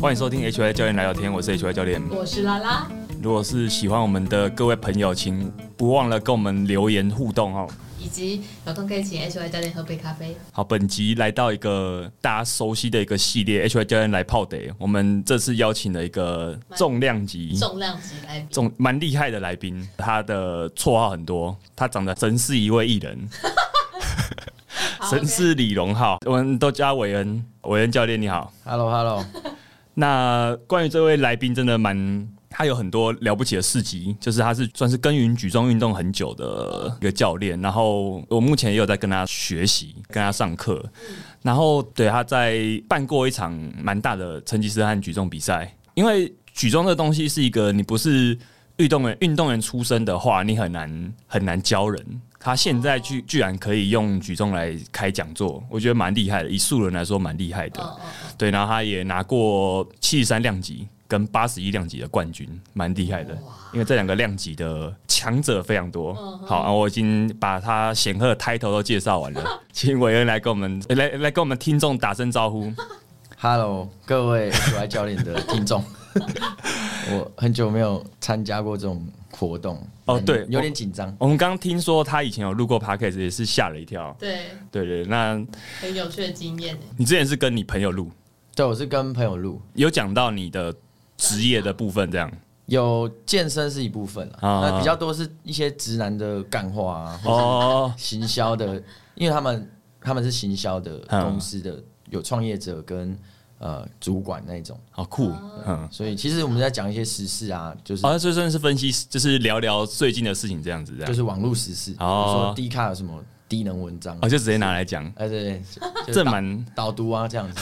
欢迎收听 HY 教练来聊天，我是 HY 教练。我是拉拉，如果是喜欢我们的各位朋友，请不忘了跟我们留言互动哦。以及有空可以请 HY 教练喝杯咖啡。好，本集来到一个大家熟悉的一个系列，HY 教练来泡得。我们这次邀请了一个重量级、重量级来宾，重蛮厉害的来宾，他的绰号很多，他长得真是一位艺人，好神是李荣浩，我们都叫他韦恩。韦恩教练你好， h e l l o h e l l o 那关于这位来宾，真的蛮他有很多了不起的事迹，就是他是算是耕耘举重运动很久的一个教练，然后我目前也有在跟他学习，跟他上课，然后对他在办过一场蛮大的成吉思汗举重比赛，因为举重这东西是一个你不是运动员运动员出身的话，你很难很难教人。他现在居居然可以用举重来开讲座，我觉得蛮厉害的。以素人来说，蛮厉害的。哦哦，对，然后他也拿过七十三量级跟八十一量级的冠军，蛮厉害的。因为这两个量级的强者非常多。嗯好、啊，我已经把他显赫的 title 都介绍完 了，请韦恩来跟我们来来跟我们听众打声招呼。 h e l l o 各位 UI 教练的 听众，我很久没有参加过这种活动哦嗯对有点紧张。我们刚刚听说他以前有录过 podcast，也是吓了一跳。对，对对，那很有趣的经验呢。你之前是跟你朋友录，对，我是跟朋友录，有讲到你的职业的部分，这样有健身是一部分啊，啊那比较多是一些直男的干话啊，哦，行销的，因为他们他们是行销的嗯公司的有创业者跟呃主管那一种， 好酷，哦嗯，所以其实我们在讲一些时事啊，就是好、哦，所以算是分析，就是聊聊最近的事情，这样子，这样，就是网络时事，比如哦说 D 卡有什么低能文章，啊哦，就直接拿来讲，哎对对，就这就蛮导读啊，这样子，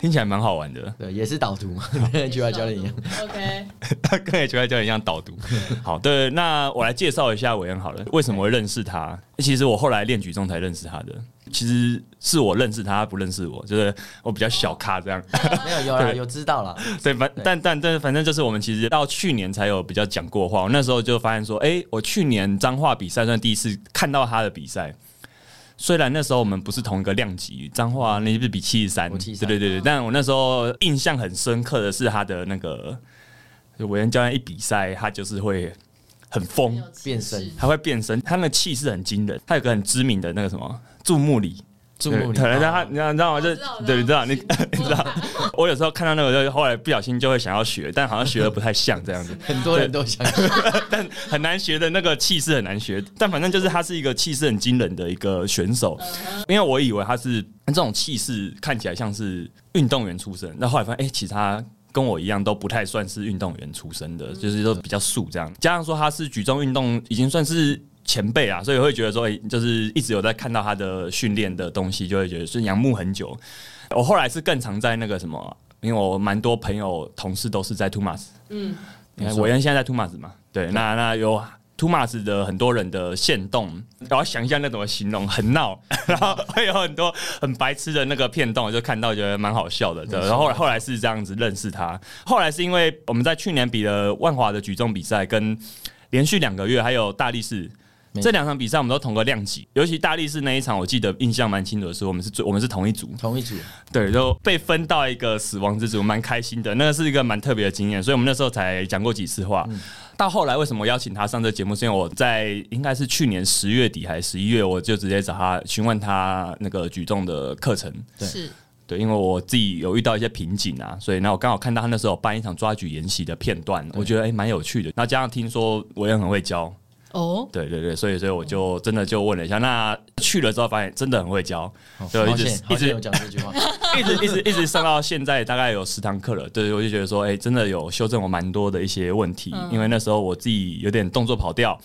听起来蛮好玩 的，对，也是导读 嘛，跟 G Y 教练一样。嗯 OK，他跟 H Y 教练一样 导读。好，对，那我来介绍一下韦恩好了，为什么会认识他？其实我后来练举重才认识他的，其实是我认识他，他不认识我，就是我比较小咖这样。没有有啦，有知道啦。对，反但但但反正就是我们其实到去年才有比较讲过话，我那时候就发现说，哎、我去年彰化比赛算第一次看到他的比赛。虽然那时候我们不是同一个量级，彰化那是比七十三，我对73对对对，但我那时候印象很深刻的是他的那个韦恩教练一比赛，他就是会很很疯有，气变势身他会变身，他那个气势很惊人，他有个很知名的那个什么注目礼，注目礼哦对貌他，你知道你知道吗？哦我就知道我对，你知道你知道 你知道，我有时候看到那个，就后来不小心就会想要学，但好像学的不太像这样 子，很多人都想但很难学的那个气势很难学。但反正就是他是一个气势很惊人的一个选手，因为我以为他是这种气势看起来像是运动员出身，那后来发现哎、诶其实他。跟我一样都不太算是运动员出身的，就是都比较素这样。加上说他是举重运动已经算是前辈啊，所以会觉得说，诶就是一直有在看到他的训练的东西，就会觉得是仰慕很久。我后来是更常在那个什么，因为我蛮多朋友同事都是在 Tumas，嗯，你没看错韦恩现在在 Tumas 嘛，对，那那有 Tumas 的很多人的线动，然后想一下那怎么形容，很闹， 然后会有很多很白痴的那个片段，我就看到觉得蛮好笑的。对没错然后后来后来是这样子认识他，后来是因为我们在去年比了万华的举重比赛，跟连续两个月还有大力士。没错这两场比赛我们都同个量级，尤其大力士那一场，我记得印象蛮清楚的是，我们是最我们是同一组，同一组，对，就被分到一个死亡之组，蛮开心的。那个是一个蛮特别的经验，所以我们那时候才讲过几次话。到后来为什么邀请他上这节目，是因为我在应该是去年十月底还是十一月，我就直接找他询问他那个举重的课程。对是对，因为我自己有遇到一些瓶颈啊，所以那我刚好看到他那时候办一场抓举研习的片段，我觉得哎诶蛮、有趣的。那加上听说我也很会教，哦，对对对，所以所以我就真的就问了一下，那去了之后发现真的很会教，好对，一好直险一好直险有讲这句话，一直一直一直上到现在，大概有十堂课了。对，我就觉得说，哎、真的有修正我蛮多的一些问题，因为那时候我自己有点动作跑掉。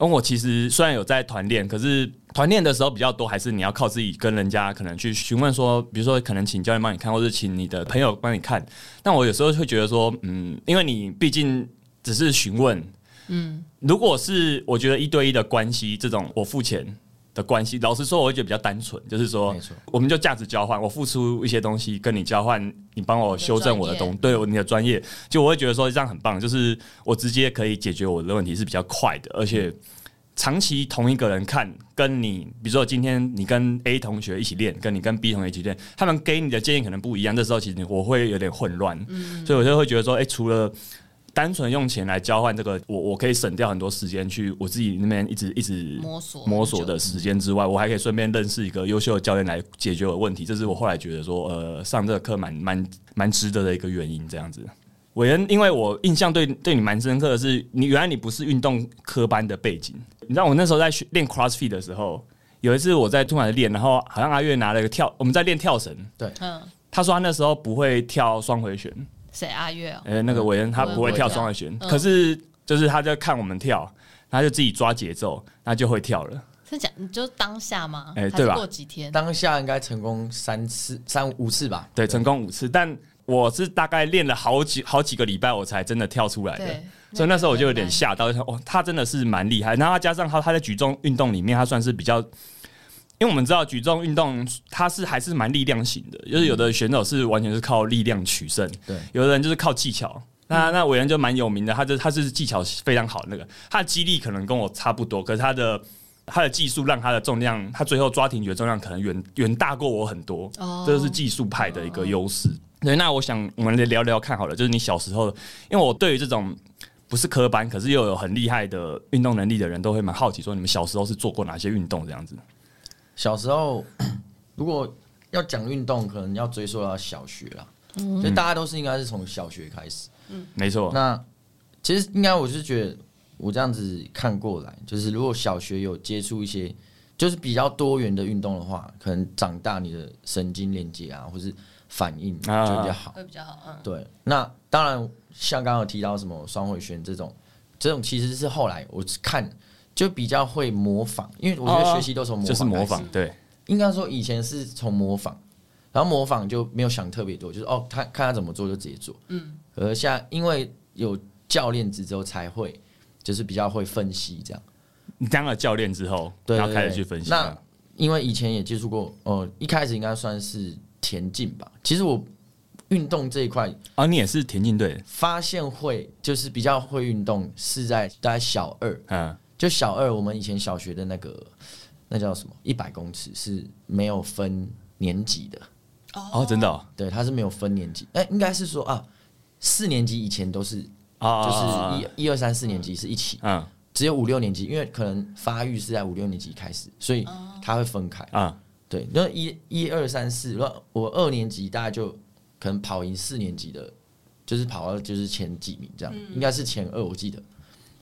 因为我其实虽然有在团练，可是团练的时候比较多，还是你要靠自己跟人家可能去询问说，比如说可能请教练帮你看，或者请你的朋友帮你看。但我有时候会觉得说，嗯，因为你毕竟只是询问，嗯，如果是我觉得一对一的关系这种，我付钱。的关系，老实说，我会觉得比较单纯，就是说没错， 我们就价值交换，我付出一些东西跟你交换，你帮我修正我的东，你对我你的专业，就我会觉得说这样很棒，就是我直接可以解决我的问题是比较快的，而且长期同一个人看，跟你比如说今天你跟 A 同学一起练，跟你跟 B 同学一起练，他们给你的建议可能不一样。这时候其实我会有点混乱，所以我就会觉得说，哎、除了单纯用钱来交换这个，我我可以省掉很多时间去我自己那边一直一直摸索摸索的时间之外，我还可以顺便认识一个优秀的教练来解决我的问题。这是我后来觉得说，呃，上这个课蛮蛮蛮值得的一个原因。这样子，韦恩，因为我印象对对你蛮深刻的是，你原来你不是运动科班的背景，你知道我那时候在学练 CrossFit 的时候，有一次我在突然练，然后好像阿月拿了一个跳，我们在练跳绳，嗯，他说他那时候不会跳双回旋，谁阿月哦？呃，那个韦恩他不会跳双人旋，嗯可是就是他在看我们跳，他就自己抓节奏，他就会跳了。是讲你就当下吗？哎还是对吧过几天？当下应该成功三次、三五次吧。对，成功五次，但我是大概练了好几好几个礼拜，我才真的跳出来的对。所以那时候我就有点那个很难吓到，就想哦，他真的是蛮厉害。然后他加上他他在举重运动里面，他算是比较，因为我们知道举重运动它是还是蛮力量型的，就是有的嗯选手是完全是靠力量取胜，对，有的人就是靠技巧。那嗯那伟人就蛮有名的，他就他是技巧非常好的那个，他的肌力可能跟我差不多，可是他的他的技术让他的重量，他最后抓挺举的重量可能远远大过我很多，哦这就是技术派的一个优势。对，那我想我们来聊聊看好了，就是你小时候，因为我对于这种不是科班，可是又有很厉害的运动能力的人，都会蛮好奇，说你们小时候是做过哪些运动这样子？小时候 如果要讲运动，可能要追溯到小学啦，所以大家都是应该是从小学开始。没错，那其实应该我是觉得，我这样子看过来，就是如果小学有接触一些就是比较多元的运动的话，可能长大你的神经连接啊，或是反应就啊比较好。会比较好，嗯，对，那当然，像刚刚有提到什么双回旋这种，这种其实是后来我是看就比较会模仿，因为我觉哦得学习都从模仿、就是模仿，，对，应该说以前是从模仿，然后模仿就没有想特别多，就是哦，他看他怎么做就直接做，嗯，而现在因为有教练指之后才会，就是比较会分析这样。你当了教练之后，对然后对开始对去分析那它，因为以前也接触过，呃，一开始应该算是田径吧。其实我运动这一块啊，你也是田径队的，发现会就是比较会运动是在大概小二，嗯，就小二我们以前小学的那个那叫什么一百公尺是没有分年级的，哦，真的哦对，它是没有分年级，哎、应该是说啊，四年级以前都是啊，就一，是一一二三四年级是一起，嗯只有五六年级，因为可能发育是在五六年级开始，所以它会分开。啊，对，那一一二三四，那我二年级大概就可能跑赢四年级的，就是跑到就是前几名这样，应该是前二我记得。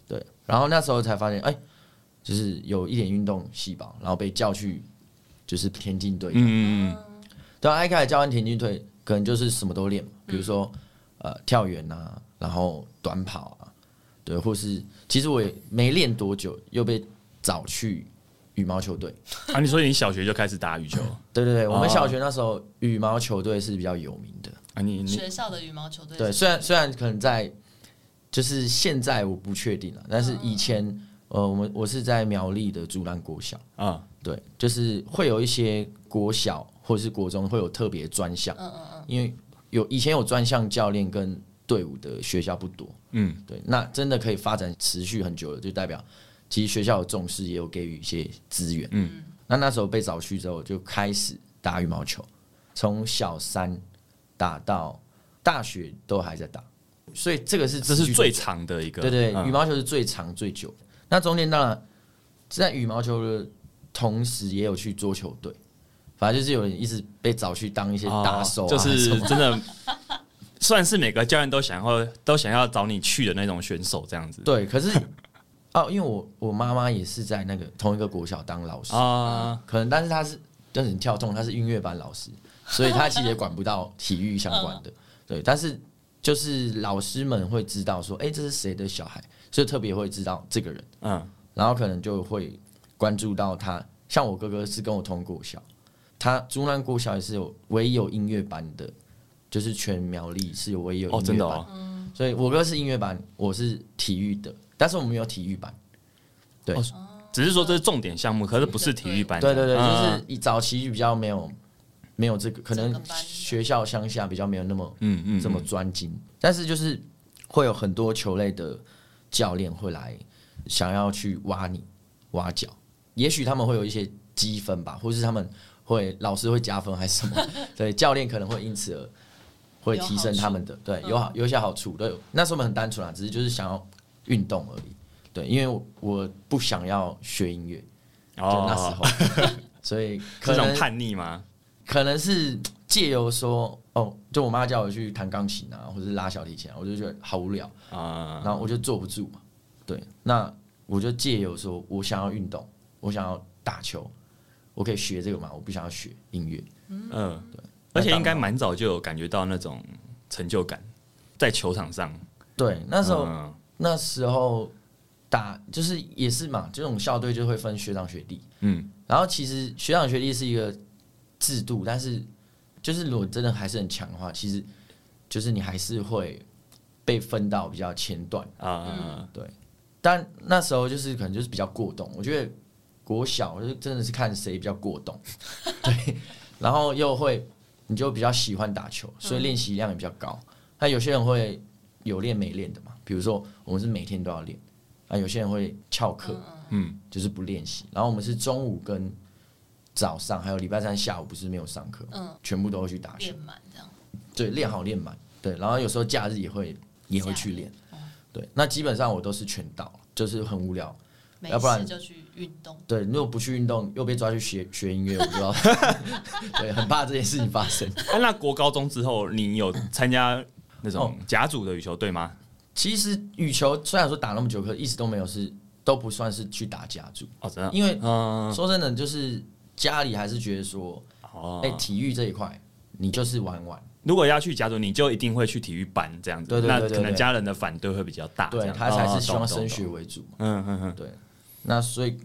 对，然后那时候才发现，哎、就是有一点运动细胞，然后被叫去就是田径队。嗯嗯嗯，对啊，一开始教完田径队，可能就是什么都练嘛，比如说、呃跳远啊，然后短跑啊，对，或是其实我也没练多久，又被找去羽毛球队。啊，你说你小学就开始打羽球对对对，我哦们小学那时候羽毛球队是比较有名的。啊？你你学校的羽毛球队对，是虽然虽然可能在就是现在我不确定了，但是以前呃，我们我是在苗栗的竹兰国小，啊，对，就是会有一些国小或者是国中会有特别专项，嗯嗯嗯，因为有以前有专项教练跟队伍的学校不多，嗯，对，那真的可以发展持续很久了，就代表其实学校有重视，也有给予一些资源。嗯，那那时候被找去之后，就开始打羽毛球，从小三打到大学都还在打，所以这个是这持续是最久长的一个，对对，嗯羽毛球是最长最久。那中间当然在羽毛球的同时，也有去桌球队，反正就是有人一直被找去当一些打手、啊哦就什是么真的，算是每个教练都想要都想要找你去的那种选手这样子对，可是哦，因为我我妈妈也是在那个同一个国小当老师，啊，可能但是她是就是很跳动，她是音乐班老师，所以她其实也管不到体育相关嗯的，对，但是就是老师们会知道说，哎、这是谁的小孩，所以特别会知道这个人，嗯，然后可能就会关注到他。像我哥哥是跟我同国小，他中南国小也是有唯一有音乐班的，就是全苗栗是有唯一有音哦，乐班，真的哦，所以我哥是音乐班，我是体育的，但是我们没有体育班。对哦只是说这是重点项目，可是不是体育班，对对对，嗯就是以早期比较没有没有这个，可这能个班学校乡下比较没有那么嗯嗯，这么专精，但是就是会有很多球类的教练会来想要去挖你，挖角，也许他们会有一些积分吧，或是他们会老师会加分还是 什么，对，教练可能会因此而会提升他们的，对，有嗯好有一些好处，对，那时候我们很单纯啊，只是就是想要运动而已，对，因为我我不想要学音乐，就那时候， 所以可哦这种能叛逆吗？可能是借由说，哦，就我妈叫我去弹钢琴啊，或者是拉小提琴、啊，我就觉得好无聊，啊、然后我就坐不住嘛。对，那我就借由说我想要运动，我想要打球，我可以学这个嘛，我不想要学音乐。嗯，而且应啊该蛮早就有感觉到那种成就感，在球场上。对，那时候、嗯那时候打就是也是嘛，这种校队就会分学长学弟，嗯，然后其实学长学弟是一个制度，但是就是如果真的还是很强的话，其实就是你还是会被分到比较前段。啊、但那时候就是可能就是比较过动，我觉得国小就是真的是看谁比较过动，对，然后又会你就比较喜欢打球，所以练习量也比较高。那有些人会有练没练的嘛，比如说我们是每天都要练，啊，有些人会翘课，嗯，就是不练习。然后我们是中午跟早上还有礼拜三下午不是没有上课，嗯，全部都会去打球练，满这样，对，练好练满，对，然后有时候假日也会也会去练，对，那基本上我都是全到，就是很无聊。没要不然事就去运动，对，如果不去运动，又被抓去学学音乐，我不知 道，对，很怕这件事情发生。啊那国高中之后，你有参加那哦种甲组的羽球队吗？其实羽球虽然说打那么久，可一直都没有是都不算是去打家族，哦，真的，因为嗯，说真的，就是家里还是觉得说，哦，哎、体育这一块你就是玩玩，如果要去甲组，你就一定会去体育班这样子。对对对对那可能对家人的反对会比较大，啊这对样他才是希望哦懂升懂学懂为主嘛。嗯嗯嗯，对，那所以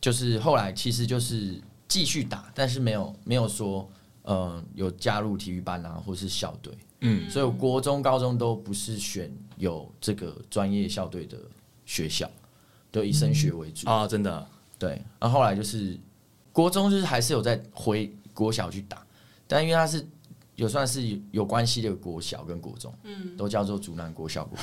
就是后来其实就是继续打，但是没有没有说，嗯、有加入体育班啊，或是校队。嗯，所以我国中、高中都不是选有这个专业校队的学校，都以升学为嗯主。啊，真的，对，然后后来就是国中就是还是有在回国小去打，但因为它是有算是有关系的国小跟国中，嗯，都叫做竹南国小国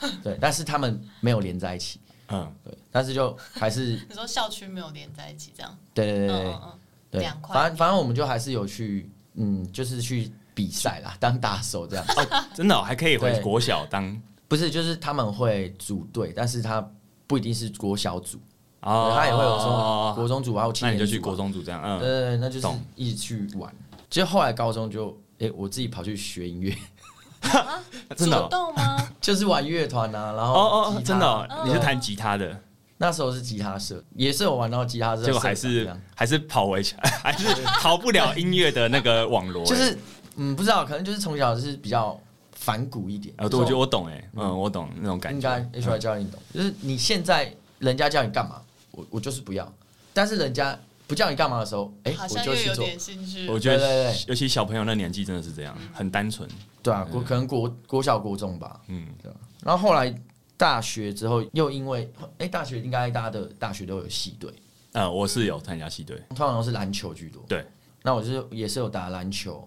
中对，但是他们没有连在一起，嗯，对，但是就还是你说校区没有连在一起这样，对嗯对对对嗯嗯，对，两块反正反正我们就还是有去，嗯，就是去比赛啦，当打手这样。真的哦、还可以回对国小当不是，就是他们会组队，但是他不一定是国小组，哦他也会有说国中组，还有青那年你组就啊去国，中组这样，嗯，对对对，那就是懂一起去玩。其实后来高中就，哎、我自己跑去学音乐， 真的主哦动吗？就是玩乐团啊，然后哦哦，吉他真的哦，嗯你是弹吉他的，那时候是啊吉他社，也是有玩到吉他社，结果还社是团还是跑回去， 还是逃不了音乐的那个网罗、这样就哎是嗯，不知道，可能就是从小就是比较反骨一点。呃，对，我觉得就我懂哎、嗯，我懂那种是感应觉嗯该，H Y 教练懂，就是你现在人家叫你干嘛，我我就是不要，但是人家不叫你干嘛的时候，哎、好我像就又去有做。点兴趣，我觉对对得对尤其小朋友那年纪真的是这样，很单纯，对啊，国可能国国小国中吧，嗯，然后后来大学之后又因为，哎，大学应该大家的大学都有系队，呃，我是有参加系队，通常都是篮球居多。对，那我就是也是有打篮球，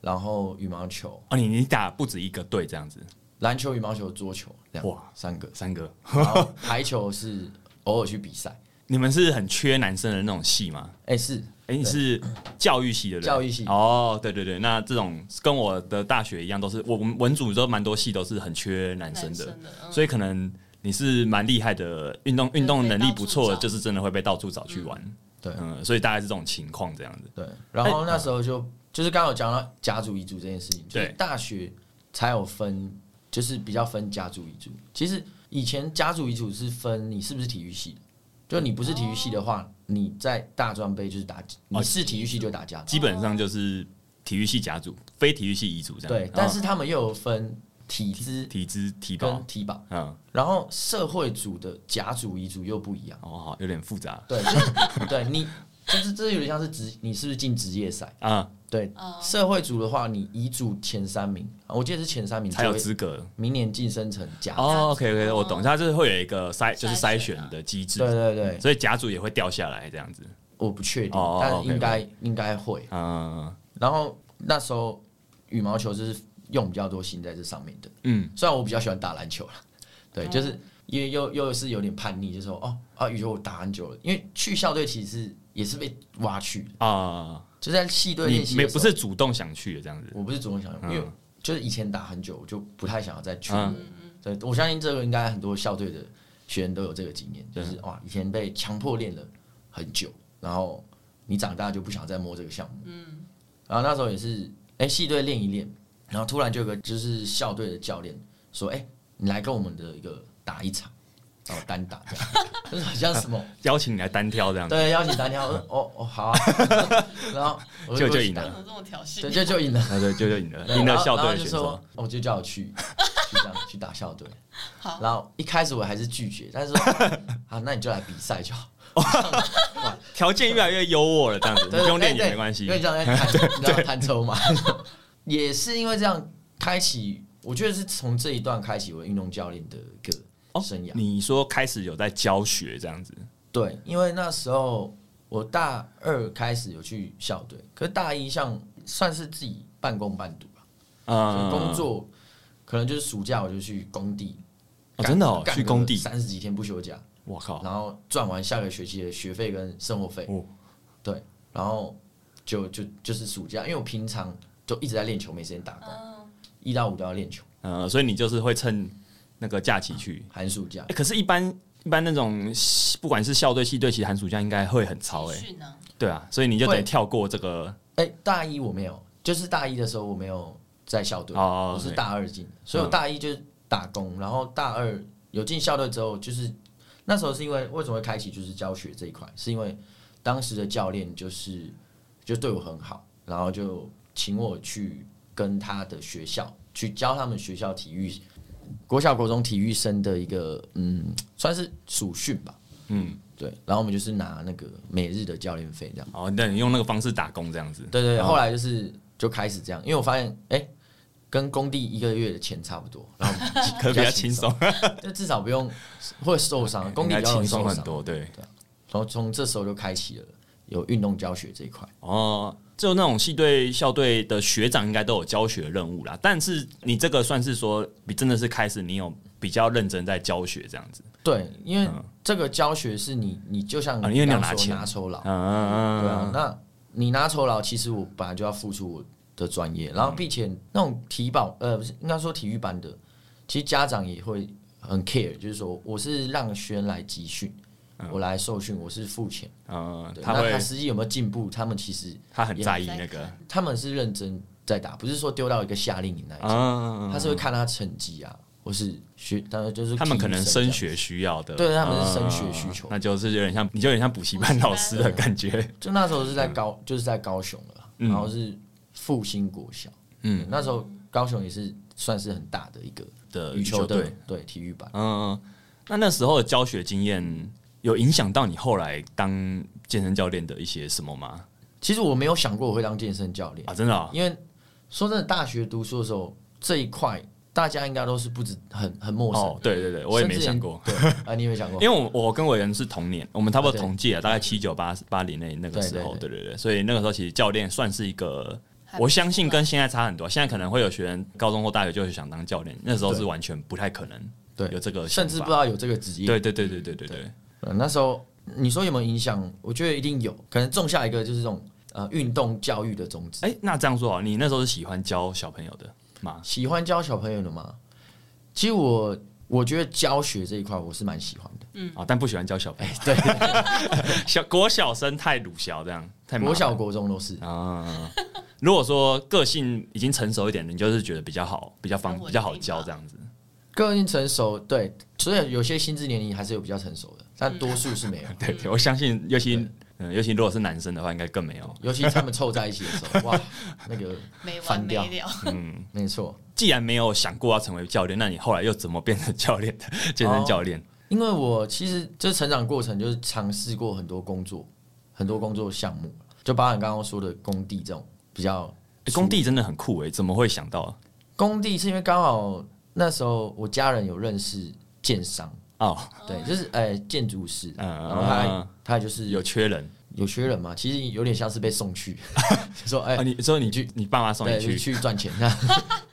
然后羽毛球、哦，你你打不止一个队这样子，篮球、羽毛球、桌球，两哇。三个三个，然后排球是偶尔去比赛，你们是很缺男生的那种系吗？哎，是哎、你是教育系的，对不对教育系哦，对对对，那这种跟我的大学一样，都是我们文组都蛮多系都是很缺男生男的，生的，嗯所以可能你是蛮厉害的，运动运动能力不错的，被到处找就是真的会被到处找去玩。对嗯，所以大概是这种情况这样子。对。然后那时候就就是刚刚有讲到甲组乙组这件事情，就是对大学才有分，就是比较分甲组乙组。其实以前甲组乙组是分你是不是体育系的，就你不是体育系的话，你在大专杯就是打，你是体育系就打甲组。哦基本哦上就是体育系甲组，非体育系乙组这样。对嗯，但是他们又有分体资体资体保跟，体保，嗯，然后社会组的甲组乙组又不一样。哦，好，有点复杂对，就是 对你。就是这有点像是职，你是不是进职业赛？啊，对，哦社会组的话，你乙组前三名，啊我记得是前三名才有就会资格。明年晋升成甲组。哦，OK OK，我懂，它就是会有一个筛，就是筛筛选选啊的机制对，对对，所以甲组也会掉下来这样子。我不确哦定，哦但 OK，OK 应该应该会。嗯然后那时候羽毛球就是用比较多心在这上面的，嗯，虽然我比较喜欢打篮球啦，对，就是因为又又是有点叛逆，就说哦啊，羽球我打很久了，因为去校队其实也是被挖去的，啊，就在系队练你习没的时不候，是主动想去的这样子我不是主动想，因为嗯就是以前打很久，我就不太想要再去。嗯对，我相信这个应该很多校队的学员都有这个经验，就是嗯哇，以前被强迫练了很久，然后你长大就不想再摸这个项目。嗯，然后那时候也是，哎、系队练一练，然后突然就有个就是校队的教练说，哎、你来跟我们的一个打一场，然后单打这样，就是好像 什么邀请你来单挑这样子，对邀请单挑，我说哦哦好啊， 然后我就过去就赢打了怎么这么挑对衅？就就赢了。啊 对，就就赢了，对赢了然后校然后队的就选说手，哦，就叫我去去这样去打校队。好然后一开始我还是拒绝，但是 说啊，那你就来比赛就好，条件越来越优渥了这 样子，你对不用练也对没关系因为这样在谈，你知道谈筹码， 也是因为这样开启，我觉得是从这一段开启我运动教练的一个哦生涯。你说开始有在教学这样子，对，因为那时候我大二开始有去校队，可是大一像算是自己半工半读吧，嗯，工作可能就是暑假我就去工地哦真的哦，干去工地，三十几天不休假，我靠，然后赚完下个学期的学费跟生活费，哦对，然后就就就是暑假，因为我平常就一直在练球，没时间打工，一到五都要练球，呃，所以你就是会趁那个假期去，寒暑假欸可是，一般一般那种不管是校队、系队，其实寒暑假应该会很超哎、集训呢？对啊，所以你就得会跳过这个哎、大一我没有，就是大一的时候我没有在校队，哦我是对嗯大二进的，所以我大一就是打工，然后大二有进校队之后，就是那时候是因为为什么会开启就是教学这一块，是因为当时的教练就是就对我很好，然后就请我去跟他的学校去教他们学校体育。国小、国中体育生的一个嗯，算是暑训吧，嗯，对。然后我们就是拿那个每日的教练费这样。哦，那你用那个方式打工这样子，对对，对嗯后来就是就开始这样，因为我发现哎、诶跟工地一个月的钱差不多，然后我们可 能比较轻松， 就至少不用会受伤，工地应啊比该 较容轻易松受很伤。多，对。然后从这时候就开启了有运动教学这一块，哦，就那种系队、校队的学长应该都有教学任务啦，但是你这个算是说，比真的是开始你有比较认真在教学这样子，对，因为嗯这个教学是你你就像啊因为你要刚拿说钱拿酬劳，对啊，嗯，那你拿酬劳，其实我本来就要付出我的专业，然后并且那种体保呃，不是应该说体育班的，其实家长也会很 care，就是说我是让学员来集训，我来受训，我是付钱，嗯，对，他那会他实际有没有进步，他们其实他很在意也那个，他们是认真在打，不是说丢到一个夏令营那一种，嗯，他是会看他成绩啊，或是学，当然就是他们可能体育生这升样学需要的，对他们是升学需求嗯那就是有点像，你就有点像补习班老师的感觉，就那时候是在高，就是在高雄了啦，嗯然后是复兴国小，嗯嗯，那时候高雄也是算是很大的一个 的羽球呃队队，，对体育班，嗯，那那时候的教学经验有影响到你后来当健身教练的一些什么吗？其实我没有想过我会当健身教练，啊，真的啊，因为说真的，大学读书的时候这一块大家应该都是不知很很陌生哦，，对对对，我也没想过，甚至连， 对啊，你有没有想过？因为我我跟伟人是同年，我们差不多啊对同届啊，大概七九八八零那那个时候，对对对对，所以那个时候其实教练算是一个。还不我相信错跟现在差很多，现在可能会有学员高中或大学就想当教练，那时候是对完全不太可能对有这个想甚法，至不知道有这个职业，对对对对对对对，呃，那时候你说有没有影响？我觉得一定有，可能种下一个就是这种呃运动教育的种子。哎，那这样说好了，你那时候是喜欢教小朋友的吗？喜欢教小朋友的吗？其实我我觉得教学这一块我是蛮喜欢的。啊，但不喜欢教小朋友，嗯哎对， 小国小生太鲁小这样，太麻烦国小国中都是。啊。如果说个性已经成熟一点，你就是觉得比较好，比较方比较稳定比较好教这样子。嗯个性成熟，对，所以有些心智年龄还是有比较成熟的，但多数是没有。对对，我相信，尤其嗯，尤其如果是男生的话，应该更没有。尤其他们凑在一起的时 候，哇，那个没完翻没掉了，没错，既然没有想过要成为教练，那你后来又怎么变成教练的 健身教练？因为我其实这成长过程就是尝试过很多工作，很多工作项目，就包含刚刚说的工地这种比较欸工地真的很酷诶，怎么会想到？工地是因为刚好那时候我家人有认识建商，哦，对，就是哎、建筑师，嗯然后他他就是有缺人有缺人嘛，其实有点像是被送去， 说哎、啊，你所以你去你爸妈送对，你就是去，去赚钱。 那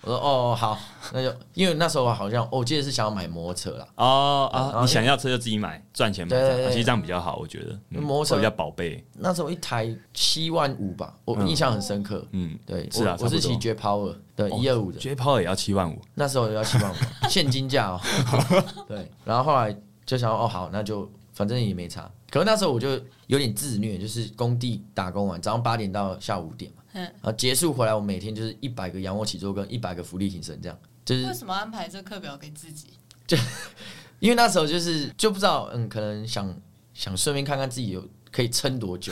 我说哦好，那就因为那时候我好像、哦我记得是想要买摩托车啦，哦然啊，后你想要车就自己买，赚钱买哎对对对啊其实这样比较好，我觉得，嗯摩托车会比较宝贝，那时候一台七万五吧，我嗯印象很深刻。嗯，对，是啊我我是差不多骑绝 Power 对哦一二五的，绝跑也要七万五，那时候要七万 五，现金价哦。对，然后后来就想哦好，那就反正也没差。可是那时候我就有点自虐，就是工地打工完，早上八点到下午五点嘛，嗯然后结束回来，我每天就是一百个仰卧起坐跟一百个浮力挺身这样，就是为什么安排这课表给自己？因为那时候就是就不知道，嗯，可能想想顺便看看自己有可以撑 多久，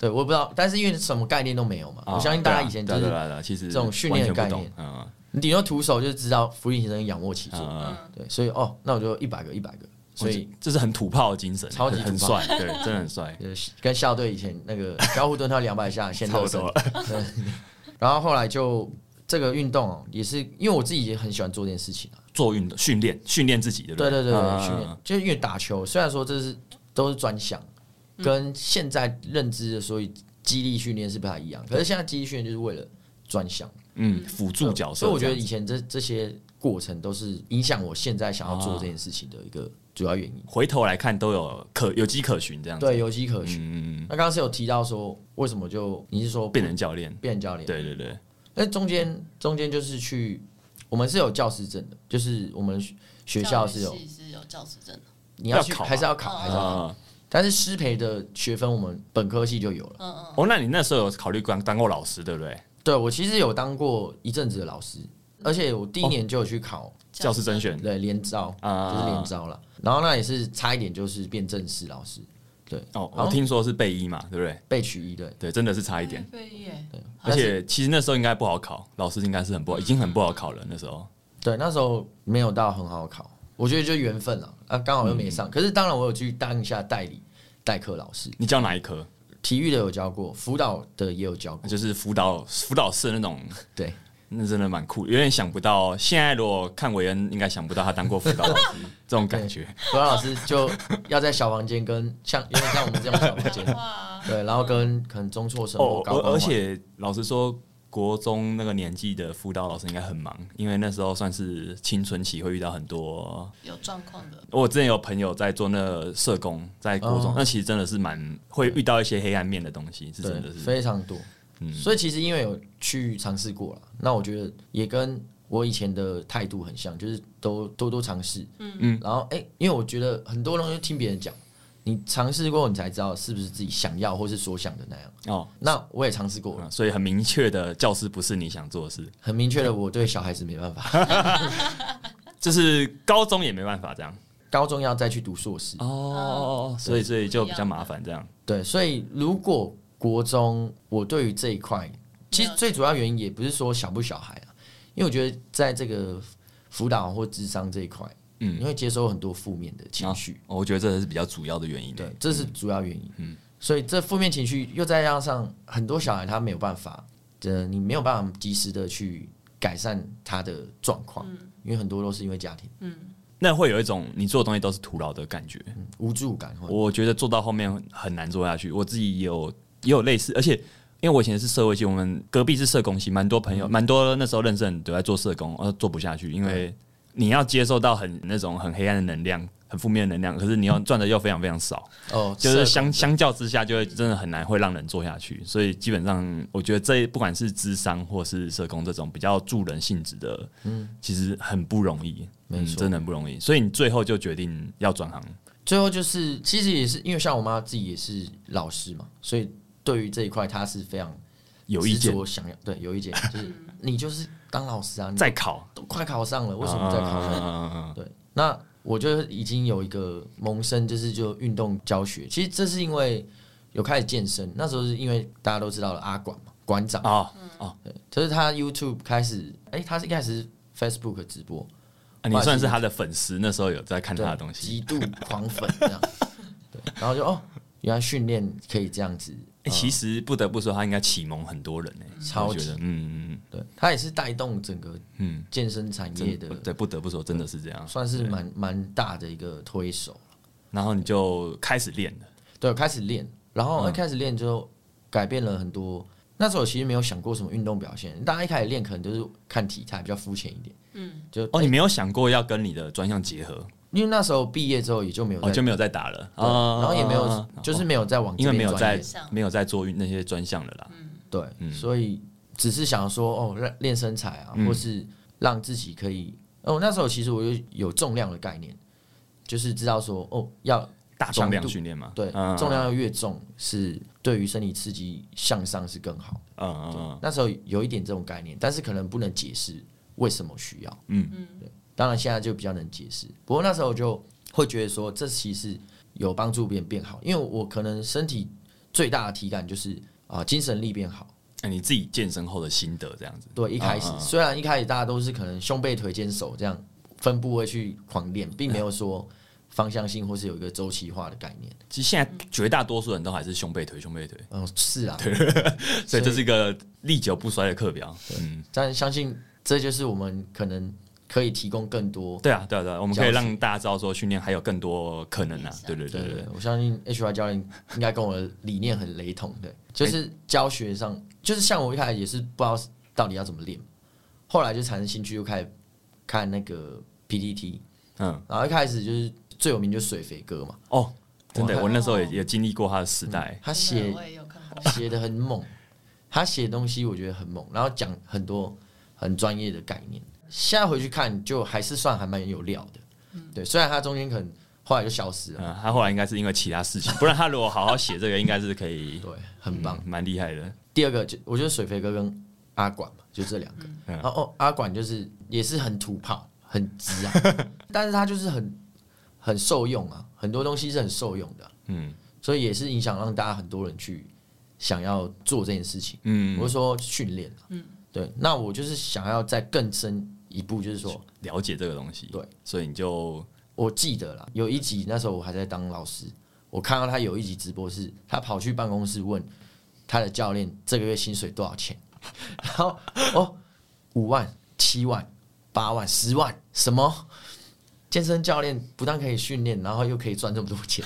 对，我也不知道，但是因为什么概念都没有嘛，我相信大家以前就对啊对是啊对啊对啊其实这种训练的完全不概念懂，嗯你顶多徒手就知道俯卧撑、仰卧起嗯坐，嗯，嗯，对，所以哦，那我就一百个一百个，所以这是很土炮的精神，超级很很土炮帅，对，真的很 帅，呃跟校队以前那 个交互蹲跳两百下，先差热不身多，了，然后后来就这个运动哦，也是因为我自己也很喜欢做这件事情啊，做运动训练训练自己，对不对对对嗯对，训练就是因为打球，虽然说这是都是专项，跟现在认知的所以肌力训练是不太一样，可是现在肌力训练就是为了专项嗯，辅助角色，所以我觉得这以样子前这这些过程都是影响我现在想要做这件事情的一个主要原因，回头来看都有可有迹可循，这样子，对，有迹可循。嗯，嗯嗯，那刚刚是有提到说为什么就你是说变成教练，变教练？对对对，那中间中间就是去，我们是有教师证的，就是我们学学校是教有育系是有教师证的，你要要去考吧还是要考哦还是要考，啊，但是师培的学分我们本科系就有了。嗯嗯，哦，那你那时候有考虑当当过老师，对不对？对我其实有当过一阵子的老师，而且我第一年就有去考，教师甄选对连招哦啊就是连招了，然后那也是差一点就是变正式老师，对哦，好我听说是备一嘛，对不对？被取一对。对，真的是差一点。对啊耶，而嗯但是且其实那时候应该不好考，老师应该是很不好，已经很不好考了。那时候对那时候没有到很好考，我觉得就缘分了啊，刚好又没嗯上。可是当然我有去当一下代理代课老师，你教哪一科？体育的有教过，辅导的也有教过，就是辅导辅导室那种，对，那真的蛮酷，有点想不到。现在如果看韦恩，应该想不到他当过辅导老 师这种感觉。辅导老师就要在小房间跟像有点像我们这种小房 讲间，话啊，对，然后跟可能中辍生哦或，高而官而环且老实说，国中那个年纪的辅导老师应该很忙，因为那时候算是青春期，会遇到很多有状况的，我之前有朋友在做那个社工，在国中哦，那、其实真的是蛮会遇到一些黑暗面的东西，是真对的是，非常多。嗯所以其实因为有去尝试过了，那我觉得也跟我以前的态度很像，就是都多多尝试，嗯嗯，然后哎、因为我觉得很多东西就听别人讲，你尝试过你才知道是不是自己想要或是所想的那样。哦、那我也尝试过了，嗯所以很明确的，教师不是你想做的事，很明确的，我对小孩子没办法，就是高中也没办法这样高中要再去读硕士，哦，所以所以就比较麻烦这样，对，所以如果国中我对于这一块，其实最主要原因也不是说小不小孩啊，因为我觉得在这个辅导或智商这一块，嗯你会接收很多负面的情绪，哦我觉得这是比较主要的原因，对，这是主要原因。嗯，所以这负面情绪又再加上很多小孩他没有办法，呃，你没有办法及时的去改善他的状况，嗯因为很多都是因为家庭、那会有一种你做的东西都是徒劳的感觉，嗯无助感或者我觉得做到后面很难做下去。我自己也有也有类似，而且因为我以前是社会系，我们隔壁是社工系，蛮多朋友，蛮多那时候认识的人都在做社工，呃，做不下去，因为你要接受到很那种很黑暗的能量。很负面的能量，可是你要赚的又非常非常少，哦，就社是恐相相较之下，就会真的很难会让人做下去。所以基本上，我觉得这不管是智商或是社工这种比较助人性质的，嗯，其实很不容易，嗯没错真的很不容易。所以你最后就决定要转行，最后就是，其实也是因为像我妈自己也是老师嘛，所以对于这一块她是非常有意见我想要对有意见，就是你就是当老师啊，你再考，都快考上了，为什啊么在考嗯上？上？对，那我就已经有一个萌生，就是就运动教学。其实这是因为有开始健身，那时候是因为大家都知道了阿管嘛，馆长，哦，就是他 YouTube 开始，哎、他是一开始是 Facebook 直播，啊你算是他的粉丝，那时候有在看他的东西。哎极度狂粉这样，对，然后就哦，原来训练可以这样子。欸其实不得不说，他应该启蒙很多人呢、嗯欸超我级觉得，嗯嗯对，它也是带动整个嗯健身产嗯，业真的不，对，不得不说真的是这样。算是蛮蛮大的一个推手。然后你就开始练了，对，我开始练，嗯然后一开始练之后，改变了很多。那时候其实没有想过什么运动表现，大家一开始练可能都是看体态，比较肤浅一点。嗯，就哦，你没有想过要跟你的专项结合，因为那时候毕业之后也就没有哦，再，就没有再打了对啊，然后也没有啊，就是没有再往因这为没边有专业在专业没有在做运那些专项了啦。对，嗯所以只是想说哦，让练身材啊，嗯或是让自己可以。哦，那时候其实我就有重量的概念，就是知道说哦，要大重量强度训练嘛，对嗯重量，要越重，是对于身体刺激向上是更好。嗯嗯嗯那时候有一点这种概念，但是可能不能解释为什么需要。嗯对。当然现在就比较能解释，不过那时候我就会觉得说，这其实有帮助别人变好，因为我可能身体最大的体感就是啊、精神力变好。哎，你自己健身后的心得这样子，对，一开始、嗯嗯嗯虽然一开始大家都是可能胸背腿肩手这样分部位去狂练，并没有说方向性或是有一个周期化的概念。其实现在绝大多数人都还是胸背腿胸背腿，嗯，是啊，所以 所以这是一个历久不衰的课表。嗯，但相信这就是我们可能可以提供更多。对啊，对啊，对啊，我们可以教室让大家知道说训练还有更多可能啊面。向对对对对对对对，我相信 HR 教练应该跟我的理念很雷同，对，就是教学上，就是像我一开始也是不知道到底要怎么练，后来就产生兴趣，又开始看那个 PPT，嗯，然后一开始就是最有名就是水肥哥嘛，哦，真的，哇哦我那时候也也经历过他的时代。他写我也有看过，写的很猛，他写的东西我觉得很猛，然后讲很多很专业的概念。现在回去看，就还是算还蛮有料的。嗯对，虽然他中间可能后来就消失了，嗯，他后来应该是因为其他事情，不然他如果好好写这个，应该是可以对，很棒。嗯蛮厉害的。第二个就我觉得水肥哥跟阿管嘛，就这两个。然后哦，阿管就是也是很土炮，很直啊，但是他就是很很受用啊，很多东西是很受用的啊、嗯所以也是影响让大家很多人去想要做这件事情。嗯，我是说训练、啊，嗯，对。那我就是想要再更深一步，就是说，了解这个东西，对，所以你就我记得啦，有一集那时候我还在当老师，我看到他有一集直播是，他跑去办公室问他的教练这个月薪水多少钱， 然后哦，五万、七万、八万、十万，什么？健身教练不但可以训练，然后又可以赚这么多 钱，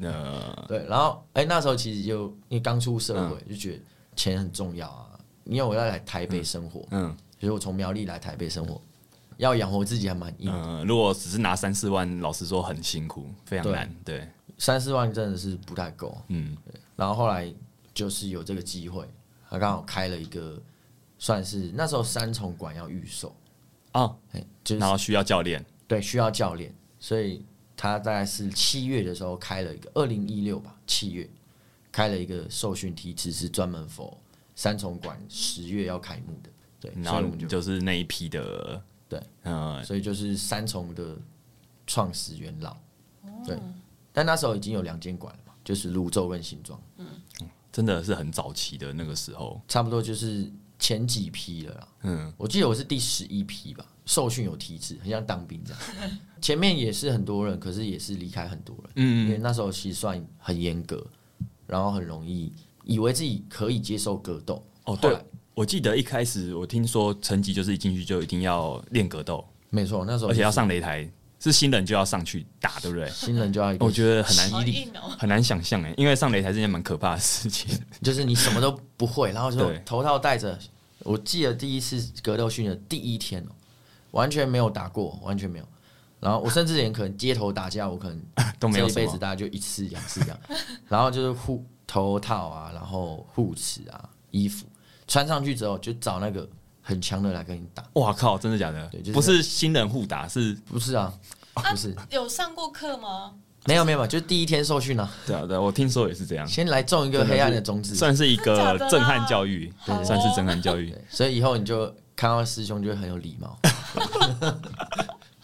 呃， 对，然后哎、那时候其实就因为刚出社会，嗯就觉得钱很重要啊。因为我要来台北生活，嗯比如我从苗栗来台北生活，要养活自己还蛮硬，嗯，如果只是拿三四万，老实说很辛苦，非常对难。对，三四万真的是不太够。嗯然后后来就是有这个机会，他刚好开了一个，算是那时候三重馆要预售，哦，哎，就是然后需要教练，对需要教练，所以他大概是七月的时候开了一个，二零一六吧，七月开了一个受训梯次，是专门 for 三重馆十月要开幕的，对，然所后以我们你就就是那一批的，对，嗯，所以就是三重的创始元老，哦对，但那时候已经有两间馆了嘛，就是泸州跟新庄，真的是很早期的那个时候，差不多就是前几批了啦。嗯我记得我是第十一批吧，受训有体制，很像当兵这样。 前面也是很多人，可是也是离开很多人，因嗯为那时候其实算很严格，然后很容易以为自己可以接受格斗。哦后对来，，我记得一开始我听说成绩就是一进去就一定要练格斗，没错，那时候而且要上擂台，是新人就要上去打，对不对？新人就要一哦个我觉得很难好硬哦，很难想象哎，因为上擂台是一件蛮可怕的事情。就是你什么都不会，然后就对头套戴着。我记得第一次格斗训的第一天哦，完全没有打过，完全没有。然后我甚至连可能街头打架，我可能都没有这什一辈么子大家就一次两次这样。然后就是护头套啊，然后护齿啊，衣服穿上去之后，就找那个很强的来跟你打。哇靠，真的假的？对就是不是新人互打，是不是啊，不是，有上过课吗？没有没有，没有就是第一天受训啊，对啊对啊，我听说也是这样，先来种一个黑暗的种子。算是一个真的假的啦震撼教育，好哦算是震撼教育。对所以以后你就看到师兄就会很有礼 貌。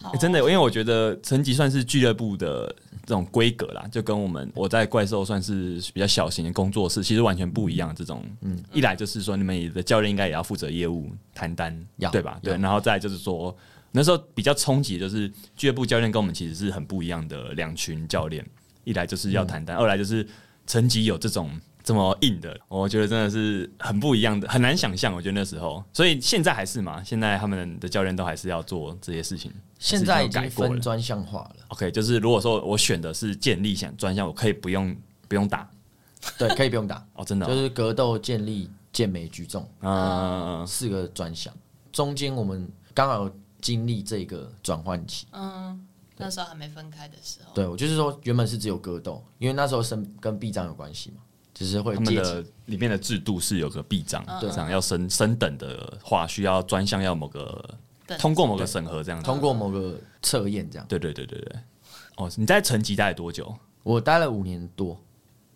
好欸真的，因为我觉得成绩算是俱乐部的这种规格啦，就跟我们我在怪兽算是比较小型的工作室，其实完全不一样。这种，嗯，一来就是说你们的教练应该也要负责业务谈单要，对吧？对，要然后再来就是说那时候比较冲击，就是俱乐部教练跟我们其实是很不一样的两群教练，一来就是要谈单，嗯二来就是成绩有这种。这么硬的，我觉得真的是很不一样的，很难想象。我觉得那时候，所以现在还是嘛，现在他们的教练都还是要做这些事情。现在还已是经已经有改过分了专项化了。 OK，就是如果说我选的是建立想专项，我可以不用不用打，对，可以不用 打，哦，真的就哦是格斗、健力、健美、举重啊，四个专项。中间我们刚好经历这个转换期，嗯，那时候还没分开的时候，对我就是说原本是只有格斗，因为那时候升跟臂章有关系嘛，就是会他们借机的里面的制度是有个臂章，对这样要升升等的话，需要专项要某嗯个等通过某个审核这样子。通过某个测验这样。对对对对对。哦，你在成绩待了多久？我待了五年多，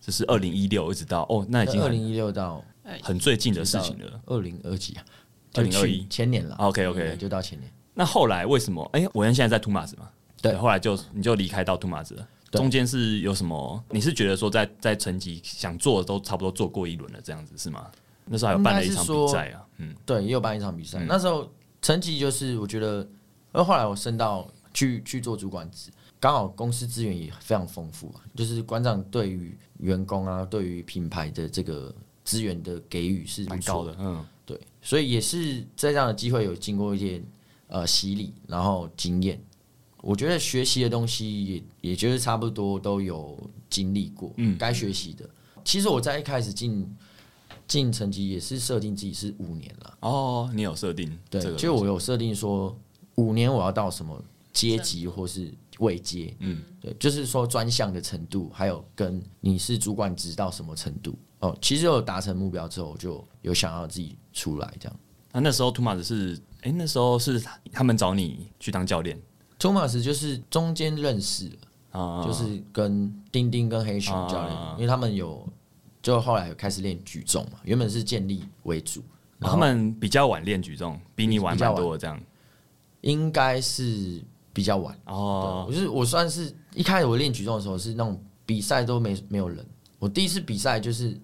就是二零一六一直到哦，那已经二很零一六到很最近的事情了。二零二几啊， 2021就去前年了， OK 对哦 OK，就到前年。那后来为什么？哎、我现在在图马子嘛，对后来就你就离开到图马子了。对中间是有什么？你是觉得说在在成绩想做的都差不多做过一轮了，这样子是吗？那时候还有办了一场应该是比说赛啊，嗯，对，也有办一场比赛。那时候成绩就是我觉得，而后来我升到去去做主管职，刚好公司资源也非常丰富啊，就是馆长对于员工啊，对于品牌的这个资源的给予是不蛮高错的，嗯，对，所以也是在这样的机会有经过一些呃洗礼，然后经验。我觉得学习的东西也也就是差不多都有经历过，嗯，该学习的。其实我在一开始进进成绩也是设定自己是五年了，哦，你有设定这对，个东西，就我有设定说五年我要到什么阶级或是位阶，嗯，对，就是说专项的程度，还有跟你是主管职到什么程度。哦，其实有达成目标之后，我就有想要自己出来这样。那那时候图马子是，哎、那时候是他他们找你去当教练 Thomas 就是中间认识了，啊，就是跟丁丁跟黑熊教练，啊因为他们有就后来有开始练举重嘛，原本是健力为主，哦他们比较晚练举重，比你晚比较蛮晚多的这样。应该是比较晚。哦，我就是我算是一开始我练举重的时候是那种比赛都没没有人，我第一次比赛就是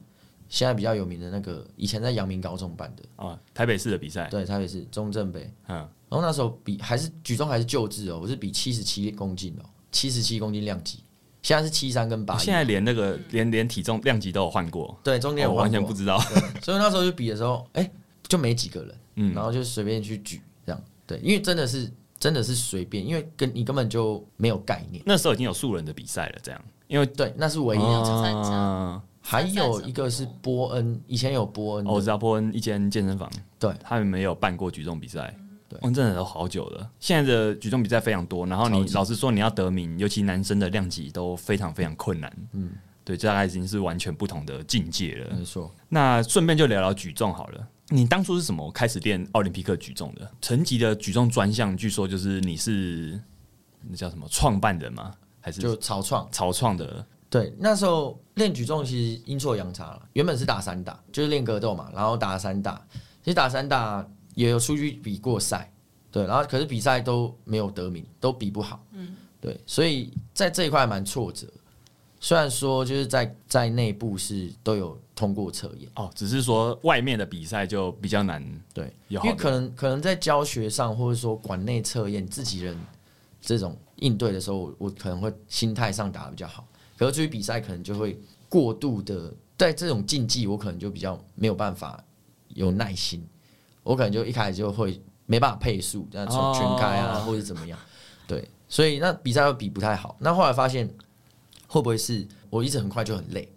现在比较有名的那个，以前在阳明高中办的，哦，台北市的比赛，对，台北市中正北，嗯，然后那时候比还是举重还是旧制哦，我是比七十七公斤哦，七十七公斤量级，现在是七三跟八哦一，现在连那个连连体重量级都有换过，对，中哦间有我换完全过不知道。 所以那时候就比的时候，哎、就没几个人，嗯然后就随便去举这样，对，因为真的是真的是随便，因为跟你根本就没有概念，那时候已经有素人的比赛了，这样，哦因为对，那是唯一有两去场，参加啊，还有一个是波恩，以前有波恩的，哦我知道波恩一间健身房，对他们没有办过举重比赛。对哦，真的都好久了。现在的举重比赛非常多，然后超你级老实说，你要得名，尤其男生的量级都非常非常困难。嗯，对，这大概已经是完全不同的境界了。没错，那顺便就聊聊举重好了。你当初是怎么开始练奥林匹克举重的？成级的举重专项，据说就是你是那叫什么创办人吗？还是就草创，草创的？对，那时候练举重其实阴错阳差了，原本是打散打，就是练格斗嘛，然后打散打，其实打散打也有出去比过赛，对，然后可是比赛都没有得名，都比不好，嗯，对，所以在这一块蛮挫折。虽然说就是在在内部是都有通过测验，哦，只是说外面的比赛就比较难对，有好因的为可能可能在教学上或者说馆内测验自己人这种应对的时候，我我可能会心态上打的比较好，可是出去比赛可能就会过度的在这种竞技，我可能就比较没有办法有耐心，我可能就一开始就会没办法配速，但从全开啊、哦或者怎么样，对，所以那比赛又比不太好。那后来发现会不会是我一直很快就很累，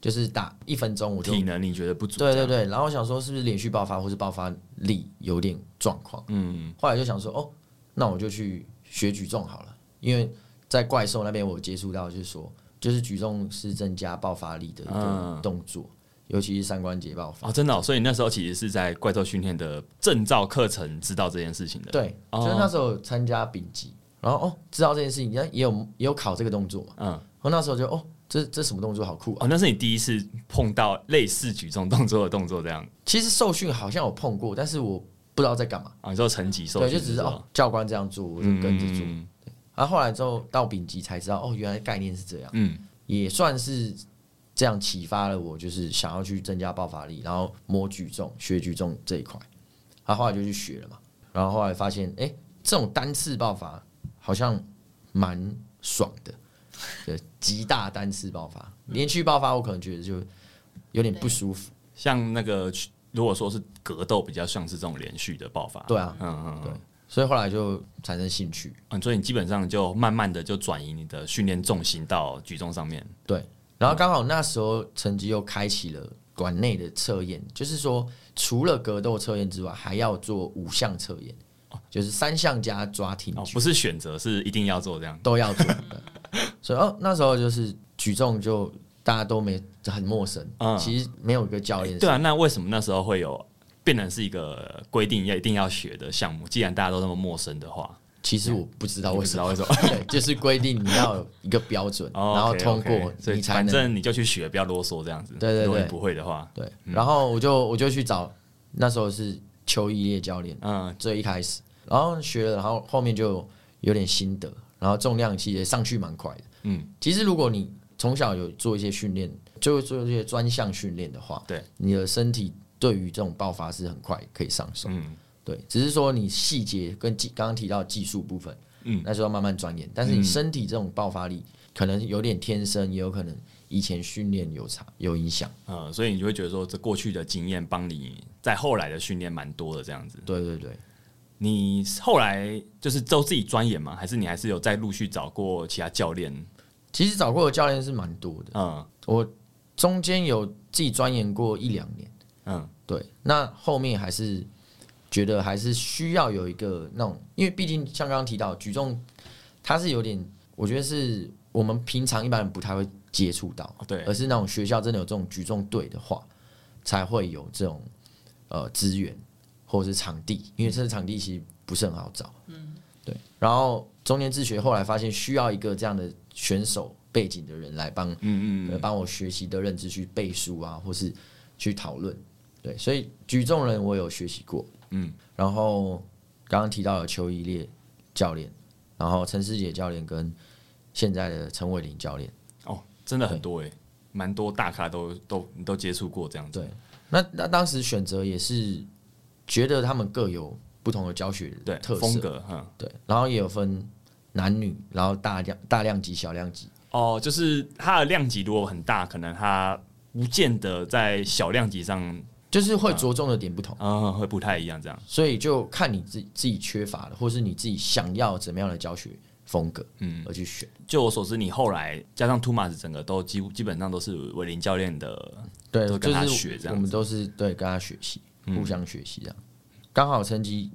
就是打一分钟我就体能，你觉得不足？对这对样，对，然后我想说是不是连续爆发或是爆发力有点状况，嗯，后来就想说哦，那我就去学举重好了，因为在怪兽那边我有接触到就是说，就是举重是增加爆发力的一个嗯动作，尤其是三关节爆发。哦，真的、哦，所以你那时候其实是在怪兽训练的证照课程知道这件事情的。，对，哦就是那时候有参加丙级，然后哦知道这件事情，也也有也有考这个动作嘛，嗯，我那时候就哦这这什么动作好酷啊！哦，那是你第一次碰到类似举重动作的动作这样其实受训好像有碰过，但是我不知道在干嘛，啊？你说成级受对，就训只是的时候哦教官这样做，我就跟着做。嗯然啊后后来之后到丙级才知道，哦，原来概念是这样，嗯，也算是这样启发了我，就是想要去增加爆发力，然后摸举重、学举重这一块。然后后来就去学了嘛，然后后来发现，哎、这种单次爆发好像蛮爽的，对，极大单次爆发，连续爆发我可能觉得就有点不舒服，像那个如果说是格斗，比较像是这种连续的爆发。对啊，嗯嗯嗯。所以后来就产生兴趣。嗯，所以你基本上就慢慢的就转移你的训练重心到举重上面。对，然后刚好那时候成绩又开启了馆内的测验，就是说除了格斗测验之外，还要做五项测验，就是三项加抓挺哦，举不是选择，是一定要做这样。都要做。 所以哦，那时候就是举重就大家都没很陌生，嗯其实没有一个教练是对啊，那为什么那时候会有变成是一个规定要一定要学的项目？既然大家都那么陌生的话，其实我不知道为什么，你不知对，就是规定你要有一个标准，啊哦 然后 OK，OK，通过所以你才反能正你就去学，不要啰嗦这样子。对对对如果你不会的话，对。然后我就我就去找那时候是邱一烈教练，嗯，最一开始，然后学了，然后后面就有点心得，然后重量其实也上去蛮快的。嗯，其实如果你从小有做一些训练，就会做一些专项训练的话，对，你的身体对于这种爆发是很快可以上手。嗯，对，只是说你细节跟技刚刚提到技术部分，嗯，那就要慢慢钻研。但是你嗯身体这种爆发力，可能有点天生，也有可能以前训练有差有影响。呃，所以你就会觉得说，这过去的经验帮你在后来的训练蛮多的这样子。对对对，你后来就是都自己钻研吗？还是你还是有再陆续找过其他教练？其实找过的教练是蛮多的，嗯我中间有自己钻研过一两年。嗯对，那后面还是觉得还是需要有一个那种，因为毕竟像刚刚提到举重，它是有点，我觉得是我们平常一般人不太会接触到，哦对而是那种学校真的有这种举重队的话，才会有这种呃资源或者是场地，因为这个场地其实不是很好找，嗯，对。然后中间自学，后来发现需要一个这样的选手背景的人来帮嗯呃嗯帮我学习的认知去背书啊，或是去讨论。对，所以举重人我有学习过，嗯，然后刚刚提到了邱一烈教练，然后陈世杰教练跟现在的陈伟林教练。哦，真的很多诶、蛮多大咖都都你都接触过这样子。对，那那当时选择也是觉得他们各有不同的教学对特色，风格，嗯，对，然后也有分男女，然后大量大量级、小量级，哦，就是它的量级如果很大，可能它不见得在小量级上，就是会着重的点不同。嗯，会不太一样这样。所以就看你自己自己缺乏的，或是你自己想要怎么样的教学风格，嗯，而去选。就我所知，你后来加上 t o m a s 整个都几乎基本上都是伟林教练的，对，都就跟他学这是样嗯我们都是对跟他学习，互相学习这样。刚好成绩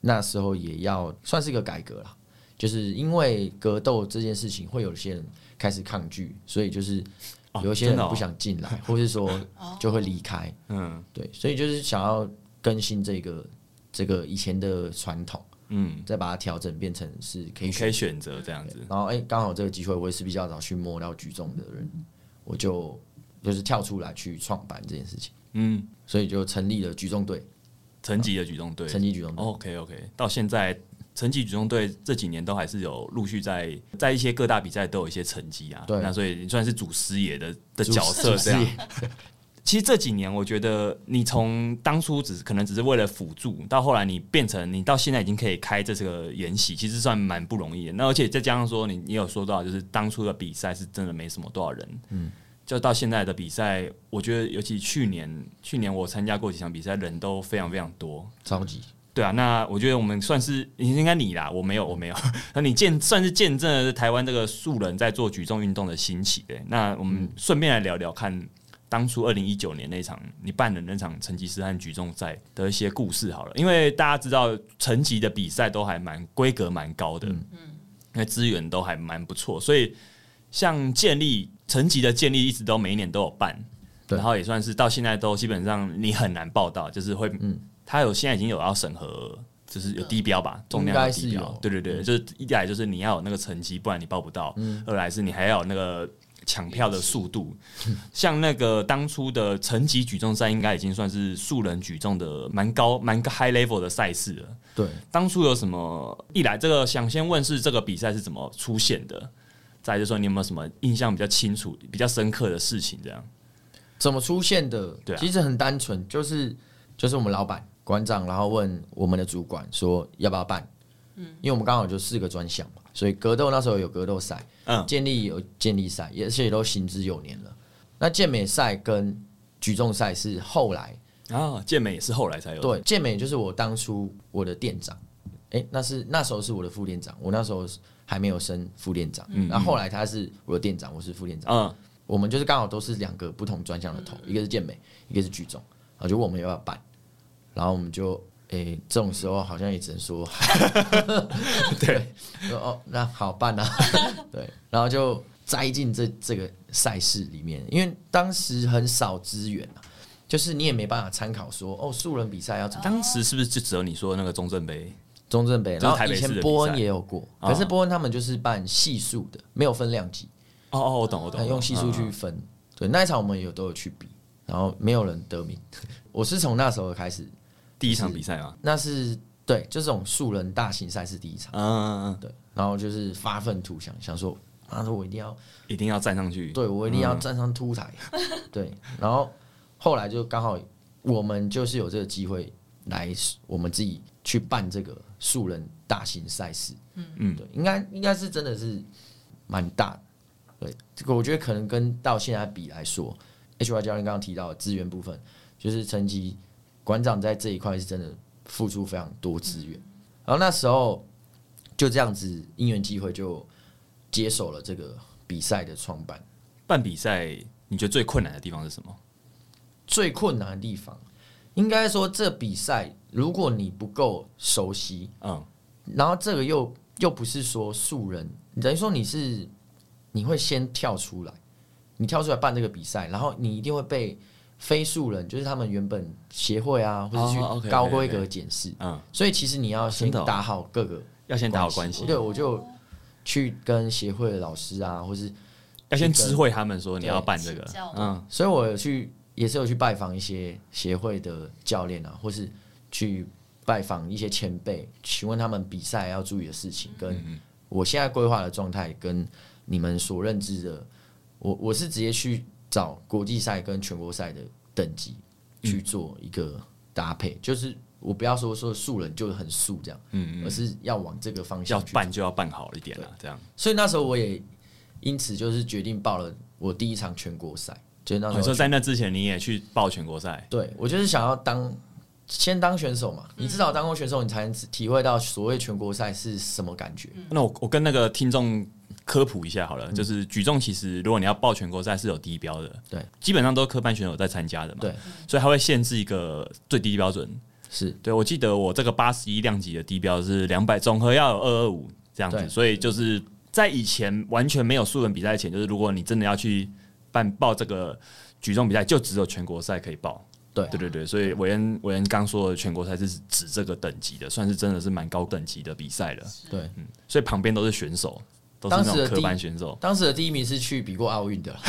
那时候也要算是一个改革啦，就是因为格斗这件事情，会有些人开始抗拒，所以就是哦有一些真的人哦不想进来， 或是说哦就会离开。嗯对，所以就是想要更新这个这个以前的传统，嗯，再把它调整变成是可以你选可以选择这样子。然后哎，刚、好这个机会，我也是比较早去摸到举重的人，我就就是跳出来去创办这件事情，嗯，所以就成立了举重队，层级的举重队，成立举重队。 OK OK，到现在成绩举重队这几年都还是有陆续在在一些各大比赛都有一些成绩啊。对那所以你算是祖师爷的的主角色主这事样。业 其实这几年，我觉得你从当初只是可能只是为了辅助，到后来你变成你到现在已经可以开这个研习，其实算蛮不容易的。那而且再加上说你，你有说到，就是当初的比赛是真的没什么多少人，嗯，就到现在的比赛，我觉得尤其去年，去年我参加过几场比赛，人都非常非常多，超级对啊，那我觉得我们算是应该你啦，我没有，我没有。 那你见算是见证了台湾这个素人在做举重运动的兴起的。那我们顺便来聊聊看，当初二零一九年那场你办的那场成吉思汗举重赛的一些故事好了，因为大家知道成吉的比赛都还蛮规格蛮高的，嗯，因为资源都还蛮不错，所以像建立成吉的建立一直都每一年都有办，对然后也算是到现在都基本上你很难报道，就是会嗯他有现在已经有要审核，就是有低标吧，重量有低嗯应该是标有。嗯对对对，就是一来就是你要有那个成绩，不然你报不到；二来是你还要有那个抢票的速度。嗯像那个当初的成级举重赛，应该已经算是素人举重的蛮高、蛮 high level 的赛事了。对，当初有什么？一来这个想先问是这个比赛是怎么出现的，再来就是说你有没有什么印象比较清楚、比较深刻的事情？这样，怎么出现的？对啊其实很单纯，就是就是我们老板馆长，然后问我们的主管说要不要办，嗯，因为我们刚好就四个专项嘛，所以格斗那时候有格斗赛，嗯建立有建立赛，也而且也都行之有年了。那健美赛跟举重赛是后来啊，健美也是后来才有的，对，健美就是我当初我的店长，哎、那是那时候是我的副店长，我那时候还没有升副店长，然后后来他是我的店长，我是副店长。嗯，我们就是刚好都是两个不同专项的头，一个是健美，一个是举重，然后就问我们要不要办，然后我们就诶、这种时候好像也只能说 好，对，说哦那好办啊， 对，然后就栽进这这个赛事里面，因为当时很少资源啊，就是你也没办法参考说哦素人比赛要怎么。当时是不是就只有你说的那个中正杯？中正北，这是然后台北以市的前比波恩赛也有过，啊可是波恩他们就是办系数的，没有分量级，哦哦，我懂我懂，啊他用系数去分。对，那一场我们有都有去比，然后没有人得名。 我是从那时候开始，第一场比赛嘛。那是对，就这种素人大型赛事第一场，嗯嗯嗯，嗯对，然后就是发愤图强，想说，妈的，我一定要，一定要站上去。嗯对我一定要站上 凸台，对，然后后来就刚好我们就是有这个机会来，我们自己去办这个素人大型赛事，嗯，对，应该应该是真的是蛮大的。对，这个我觉得可能跟到现在比来说，HY 教练刚刚提到的资源部分，就是成绩馆长在这一块是真的付出非常多资源。然后那时候就这样子因缘机会就接手了这个比赛的创办。办比赛你觉得最困难的地方是什么？最困难的地方，应该说这比赛如果你不够熟悉，嗯，然后这个又又不是说素人，等于说你是你会先跳出来，你跳出来办这个比赛，然后你一定会被非素人，就是他们原本协会啊，或哦者去，OK，OK，OK 高规格检视，嗯所以其实你要先真的哦打好各个，要先打好关系，对，我就去跟协会的老师啊，或是要先知会他们说你要办这个请教。嗯，所以我有去也是有去拜访一些协会的教练啊，或是去拜访一些前辈，询问他们比赛要注意的事情，跟嗯我现在规划的状态，跟你们所认知的，我我是直接去找国际赛跟全国赛的等级去做一个搭配，就是我不要说说素人就很素这样，嗯而是要往这个方向要去办就要办好一点啊，这样。所以那时候我也因此就是决定报了我第一场全国赛，就是那时哦候你说去在那之前你也去报全国赛，对我就是想要当先当选手嘛，你至少当过选手，你才能体会到所谓全国赛是什么感觉。那我我跟那个听众科普一下好了，就是举重其实如果你要报全国赛是有低标的，对，基本上都是科班选手在参加的嘛，对，所以他会限制一个最低标准。是对我记得我这个八十一量级的低标是两百，总和要有二二五这样子，对所以就是在以前完全没有素人比赛前，就是如果你真的要去办报这个举重比赛，就只有全国赛可以报。对对对对，所以韦恩韦恩刚说的全国赛是指这个等级的，算是真的是蛮高等级的比赛了。嗯对，所以旁边都是选手，都是那当时种的第科班选手。当时的第一名是去比过奥运的啦，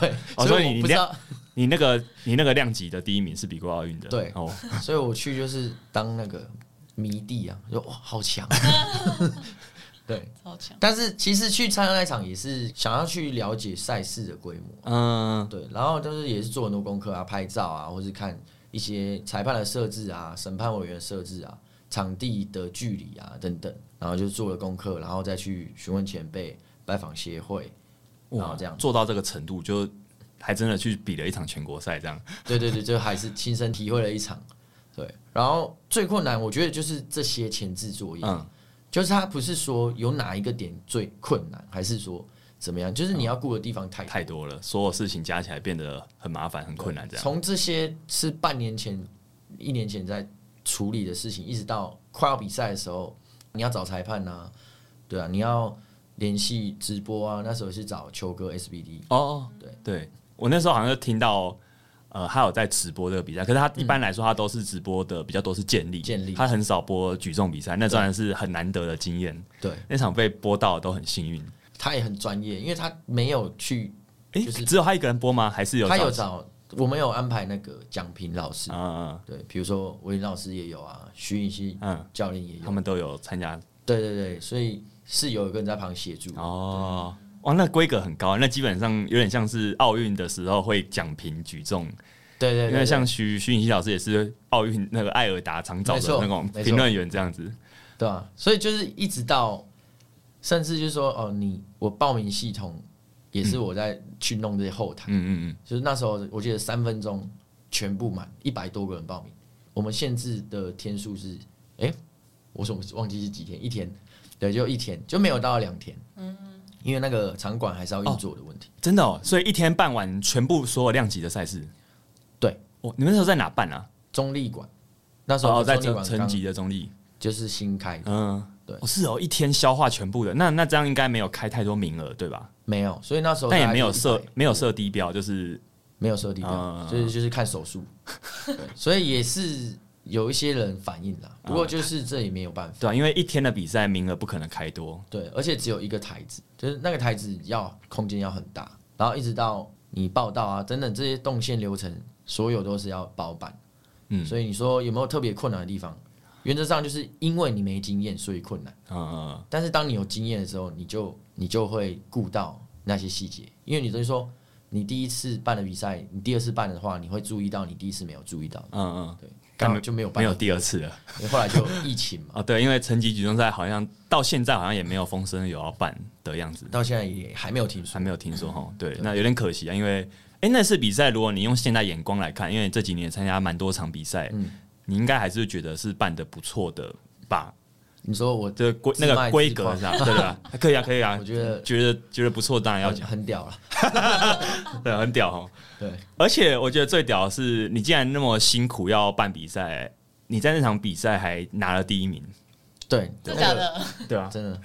对，哦所所以以你我不知道，你那个你那个量级的第一名是比过奥运的，对哦，所以我去就是当那个迷弟啊，就哇好强，对。超强，但是其实去参加那场也是想要去了解赛事的规模，嗯，对，然后就是也是做很多功课啊，拍照啊，或是看一些裁判的设置啊、审判委员的设置啊、场地的距离啊等等，然后就做了功课，然后再去询问前辈、拜访协会，然后哇，这样，做到这个程度，就还真的去比了一场全国赛，这样对对对，就还是亲身体会了一场。对，然后最困难，我觉得就是这些前置作业，嗯就是它不是说有哪一个点最困难，还是说怎么样，就是你要顾的地方太多太多了，所有事情加起来变得很麻烦、很困难，这样。从这些是半年前、一年前在处理的事情，一直到快要比赛的时候，你要找裁判呐、对啊，你要联系直播啊，那时候是找球哥 SBD，哦，对对，我那时候好像就听到。呃，他有在直播这个比赛，可是他一般来说他都是直播的比较多是健力，健力他很少播举重比赛，那当然是很难得的经验。对，那场被播到的都很幸运，他也很专业，因为他没有去，诶，就是只有他一个人播吗？还是有他有找找我们有安排那个蒋平老师，嗯对，比如说维林老师也有啊，徐允熙嗯嗯，教练也他有，们都有参加对对对，所以是有一个人在旁协助，哦。哇，那规格很高，那基本上有点像是奥运的时候会讲评举重，对对对因为对像徐徐允熙老师也是奥运那个艾尔达常找没的错那种没错评论员这样子。对啊，所以就是一直到，甚至就是说，哦，你我报名系统也是我在去弄这些后台，嗯嗯嗯，就是那时候我记得三分钟全部满，一百多个人报名，我们限制的天数是，哎、我怎么忘记是几天？一天，对，就一天，就没有到两天，嗯，因为那个场馆还是要运作的问题。真的哦，所以一天办完全部所有量级的赛事。对，哦，你们那时候在哪办啊？中立馆那时候哦，在中立成馆成刚级的中立，就是新开的，嗯，对哦是哦，一天消化全部的，那那这样应该没有开太多名额，对吧？没有，所以那时候但也大概没有就设100没有设低标，就是没有设定啊表，所以就是看 手速，对所以也是有一些人反映啦。啊不过就是这也没有办法，对吧、因为一天的比赛名额不可能开多，对，而且只有一个台子，就是那个台子要空间要很大，然后一直到你报道啊等等这些动线流程，所有都是要包办。嗯所以你说有没有特别困难的地方？原则上就是因为你没经验，所以困难。嗯，但是当你有经验的时候，你就你就会顾到那些细节，因为你等于说你第一次办的比赛，你第二次办的话，你会注意到你第一次没有注意到的，嗯嗯，对，但刚好就没有没办有法。第二次了后来就疫情嘛，啊、对，因为成级举重赛好像到现在好像也没有风声有要办的样子，到现在也还没有停还说。没有听说嗯哈。对，那有点可惜啊，因为哎、诶那次比赛如果你用现在眼光来看，因为这几年也参加蛮多场比赛，嗯你应该还是觉得是办的不错的吧？你说我这个规自那卖个规格是吧？对吧？还可以啊，可以啊， 我觉得觉得觉得不错，当然要很讲，很屌了，对，很屌哦。对，而且我觉得最屌的是，你既然那么辛苦要办比赛，你在那场比赛还拿了第一名，对，真那的假个的？对啊，真的，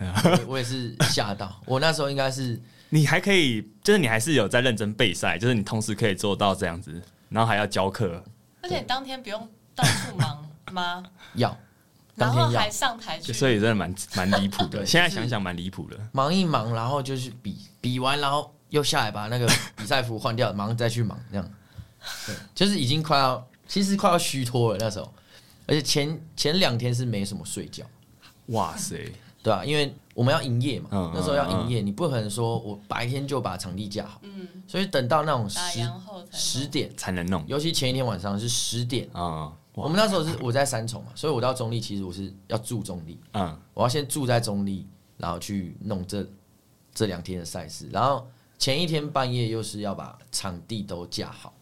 我我也是吓到。我那时候应该是你还可以，就是你还是有在认真备赛，就是你同时可以做到这样子，然后还要教课，而且你当天不用到处忙吗？要然 当后天要还上台去，所以真的蛮蛮离谱的。 对现在就是想想蛮离谱的，忙一忙，然后就去比比完，然后又下来把那个比赛服换掉，马上再去忙，这样，对，就是已经快要，其实快要虚脱了那时候，而且前前两天是没什么睡觉，哇塞，对啊吧、因为我们要营业嘛，嗯那时候要营业，你不可能说我白天就把场地架好，嗯，所以等到那种打十烊后才十点，才能弄尤其前一天晚上是十点，啊，我哇，们那时候是我在三重嘛，所以我到中立其实我是要住中立，嗯，我要先住在中立，然后去弄这这两天的赛事，然后前一天半夜又是要把场地都架好，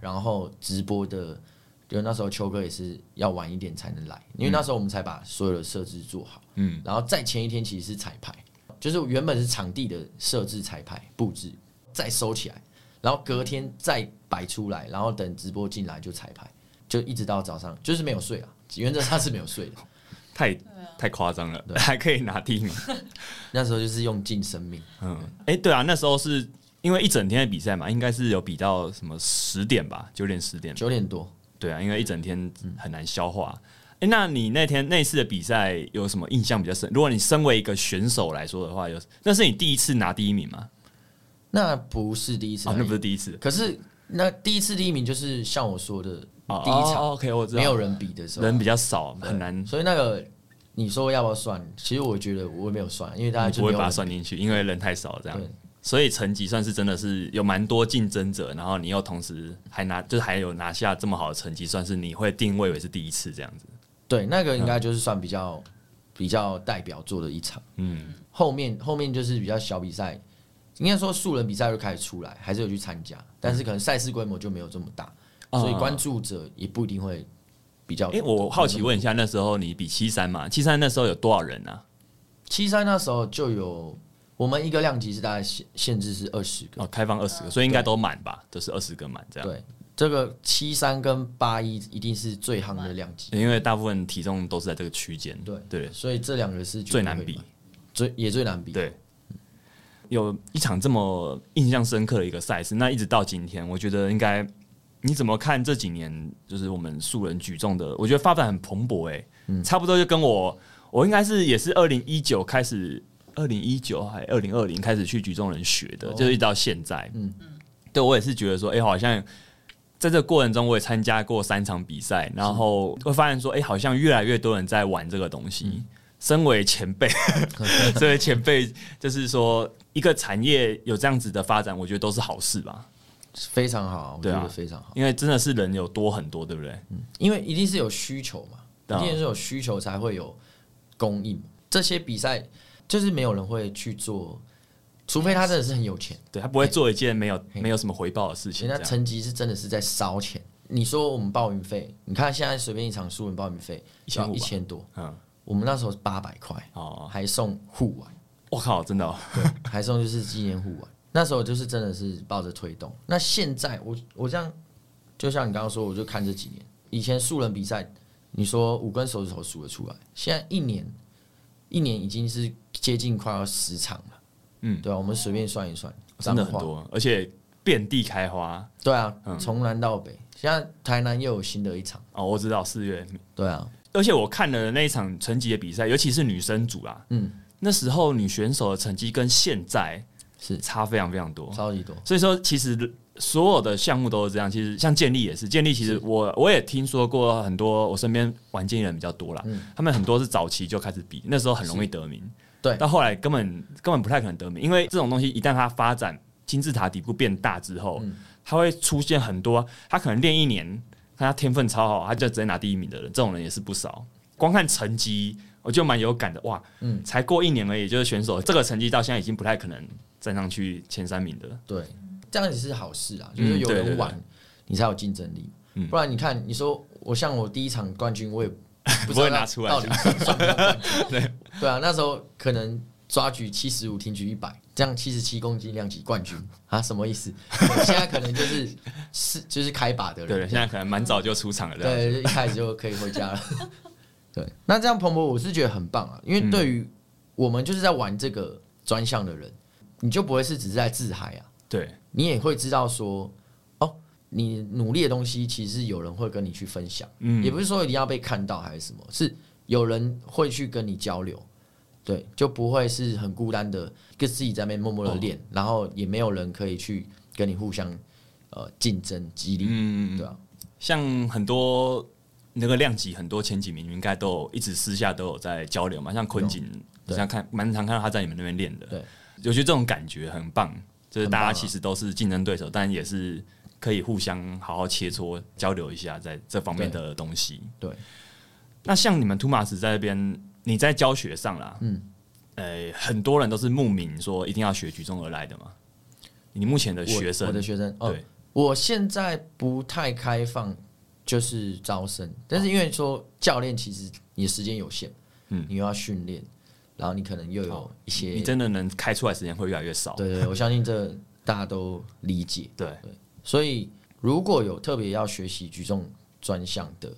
然后直播的，就那时候秋哥也是要晚一点才能来，因为那时候我们才把所有的设置做好，嗯，然后再前一天其实是彩排，就是原本是场地的设置、彩排布置，再收起来，然后隔天再摆出来，然后等直播进来就彩排，就一直到早上，就是没有睡啊，原则上是没有睡的。太对啊，太夸张了，对还可以拿第一名。那时候就是用尽生命，嗯，哎、对啊，那时候是因为一整天的比赛嘛，应该是有比到什么十点吧，九点十点。九嗯点多，对啊，因为一整天很难消化。哎、那你那天那次的比赛有什么印象比较深？如果你身为一个选手来说的话，有那是你第一次拿第一名吗？那不是啊第一次哦拿，那第一，不是第一次。可是那第一次第一名就是像我说的哦第一场哦、，OK，我知道，没有人比的时候，人比较少，对很难，所以那个你说要不要算？其实我觉得我没有算，因为大家你就不会没有把它人算进去，因为人太少这样对。所以成绩算是真的是有蛮多竞争者，然后你又同时还拿，就是还有拿下这么好的成绩，算是你会定位为是第一次这样子。对，那个应该就是算比较、比较代表作的一场。嗯，后面后面就是比较小比赛，应该说素人比赛就开始出来，还是有去参加，但是可能赛事规模就没有这么大，所以关注者也不一定会比较。哎、哦我好奇问一下，那时候你比七三嘛？七三那时候有多少人啊？七三那时候就有，我们一个量级是大概限限制是二十个，哦，开放二十啊个，所以应该都满吧，都是二十个满这样。对，这个七三跟八一一定是最夯的量级，对，因为大部分体重都是在这个区间。对对，所以这两个是绝最对难会比买，。最也最难比，对，有一场这么印象深刻的一个赛事，那一直到今天，我觉得应该你怎么看这几年就是我们素人举重的？我觉得发展很蓬勃哎、嗯差不多就跟我我应该是也是二零一九开始，二零一九还二零二零开始去举重人学的，哦就是一直到现在。嗯嗯对我也是觉得说，哎、好像。在这个过程中，我也参加过三场比赛，然后会发现说，哎、好像越来越多人在玩这个东西。嗯身为前 辈， 身为前辈，就是说一个产业有这样子的发展，我觉得都是好事吧，非常好，我觉对啊得非常好，因为真的是人有多很多，对不对？因为一定是有需求嘛，对啊一定是有需求才会有供应嘛。这些比赛就是没有人会去做，除非他真的是很有钱，对他不会做一件没有嘿没有什么回报的事情，人这样家成绩是真的是在烧钱。你说我们报名费，你看现在随便一场素人报名费1500吧一千多，嗯我们那时候八百块，哦，还送护腕，我靠，真的哦、台中就是纪念护玩。那时候就是真的是抱着推动。那现在我我这样，就像你刚刚说，我就看这几年，以前素人比赛，你说五根手指头数得出来，现在一年一年已经是接近快要十场了。嗯哦对啊，我们随便算一算，真的彰很化。多，而且遍地开花。对啊，嗯从南到北，现在台南又有新的一场。哦，我知道四月，对啊，而且我看了那一场成绩的比赛，尤其是女生组啦，嗯，那时候女选手的成绩跟现在是差非常非常多。超级多。所以说，其实所有的项目都是这样。其实像健力也是，健力其实我我也听说过很多，我身边玩健力人比较多啦，嗯他们很多是早期就开始比，那时候很容易得名，对到后来根本根本不太可能得名，因为这种东西一旦它发展金字塔底部变大之后，嗯它会出现很多，他可能练一年，看他天分超好，他就直接拿第一名的人，这种人也是不少。光看成绩，我就蛮有感的哇，嗯才过一年而已，就是选手这个成绩到现在已经不太可能站上去前三名的了。对，这样也是好事啊，就是嗯有对对人对玩，你才有竞争力。嗯不然你看，你说我像我第一场冠军，我 也不不知道会拿出来到底算不算 冠军。对对啊，那时候可能抓举七十五，挺举一百，这样七十七公斤量级冠军啊，什么意思？现在可能就是是就是开把的人，对，现在可能蛮早就出场了这样。对，就一开始就可以回家了。对，那这样蓬勃我是觉得很棒啊，因嗯为对于我们就是在玩这个专项的人，你就不会是只是在自嗨啊，对你也会知道说，哦，你努力的东西其实有人会跟你去分享，嗯也不是说一定要被看到还是什么，是有人会去跟你交流。对，就不会是很孤单的，跟自己在那边默哦默的练，然后也没有人可以去跟你互相呃竞争激励，嗯对啊，像很多那个量级，很多前几名应该都有一直私下都有在交流嘛。像昆景，对像看蛮常看到他在你们那边练的，对，我觉得这种感觉很棒，就是很大棒啊家其实都是竞争对手，但也是可以互相好好切磋交流一下在这方面的东西。对，那像你们图马斯在那边，你在教学上啦，嗯呃，嗯，很多人都是慕名说一定要学举重而来的嘛。你目前的我学生我的学生，哦对，我现在不太开放，就是招生，但是因为说教练其实你的时间有限，嗯嗯，你又要训练，然后你可能又哦有一些，你真的能开出来时间会越来越少。对对，我相信这大家都理解，对，所以如果有特别要学习举重专项的，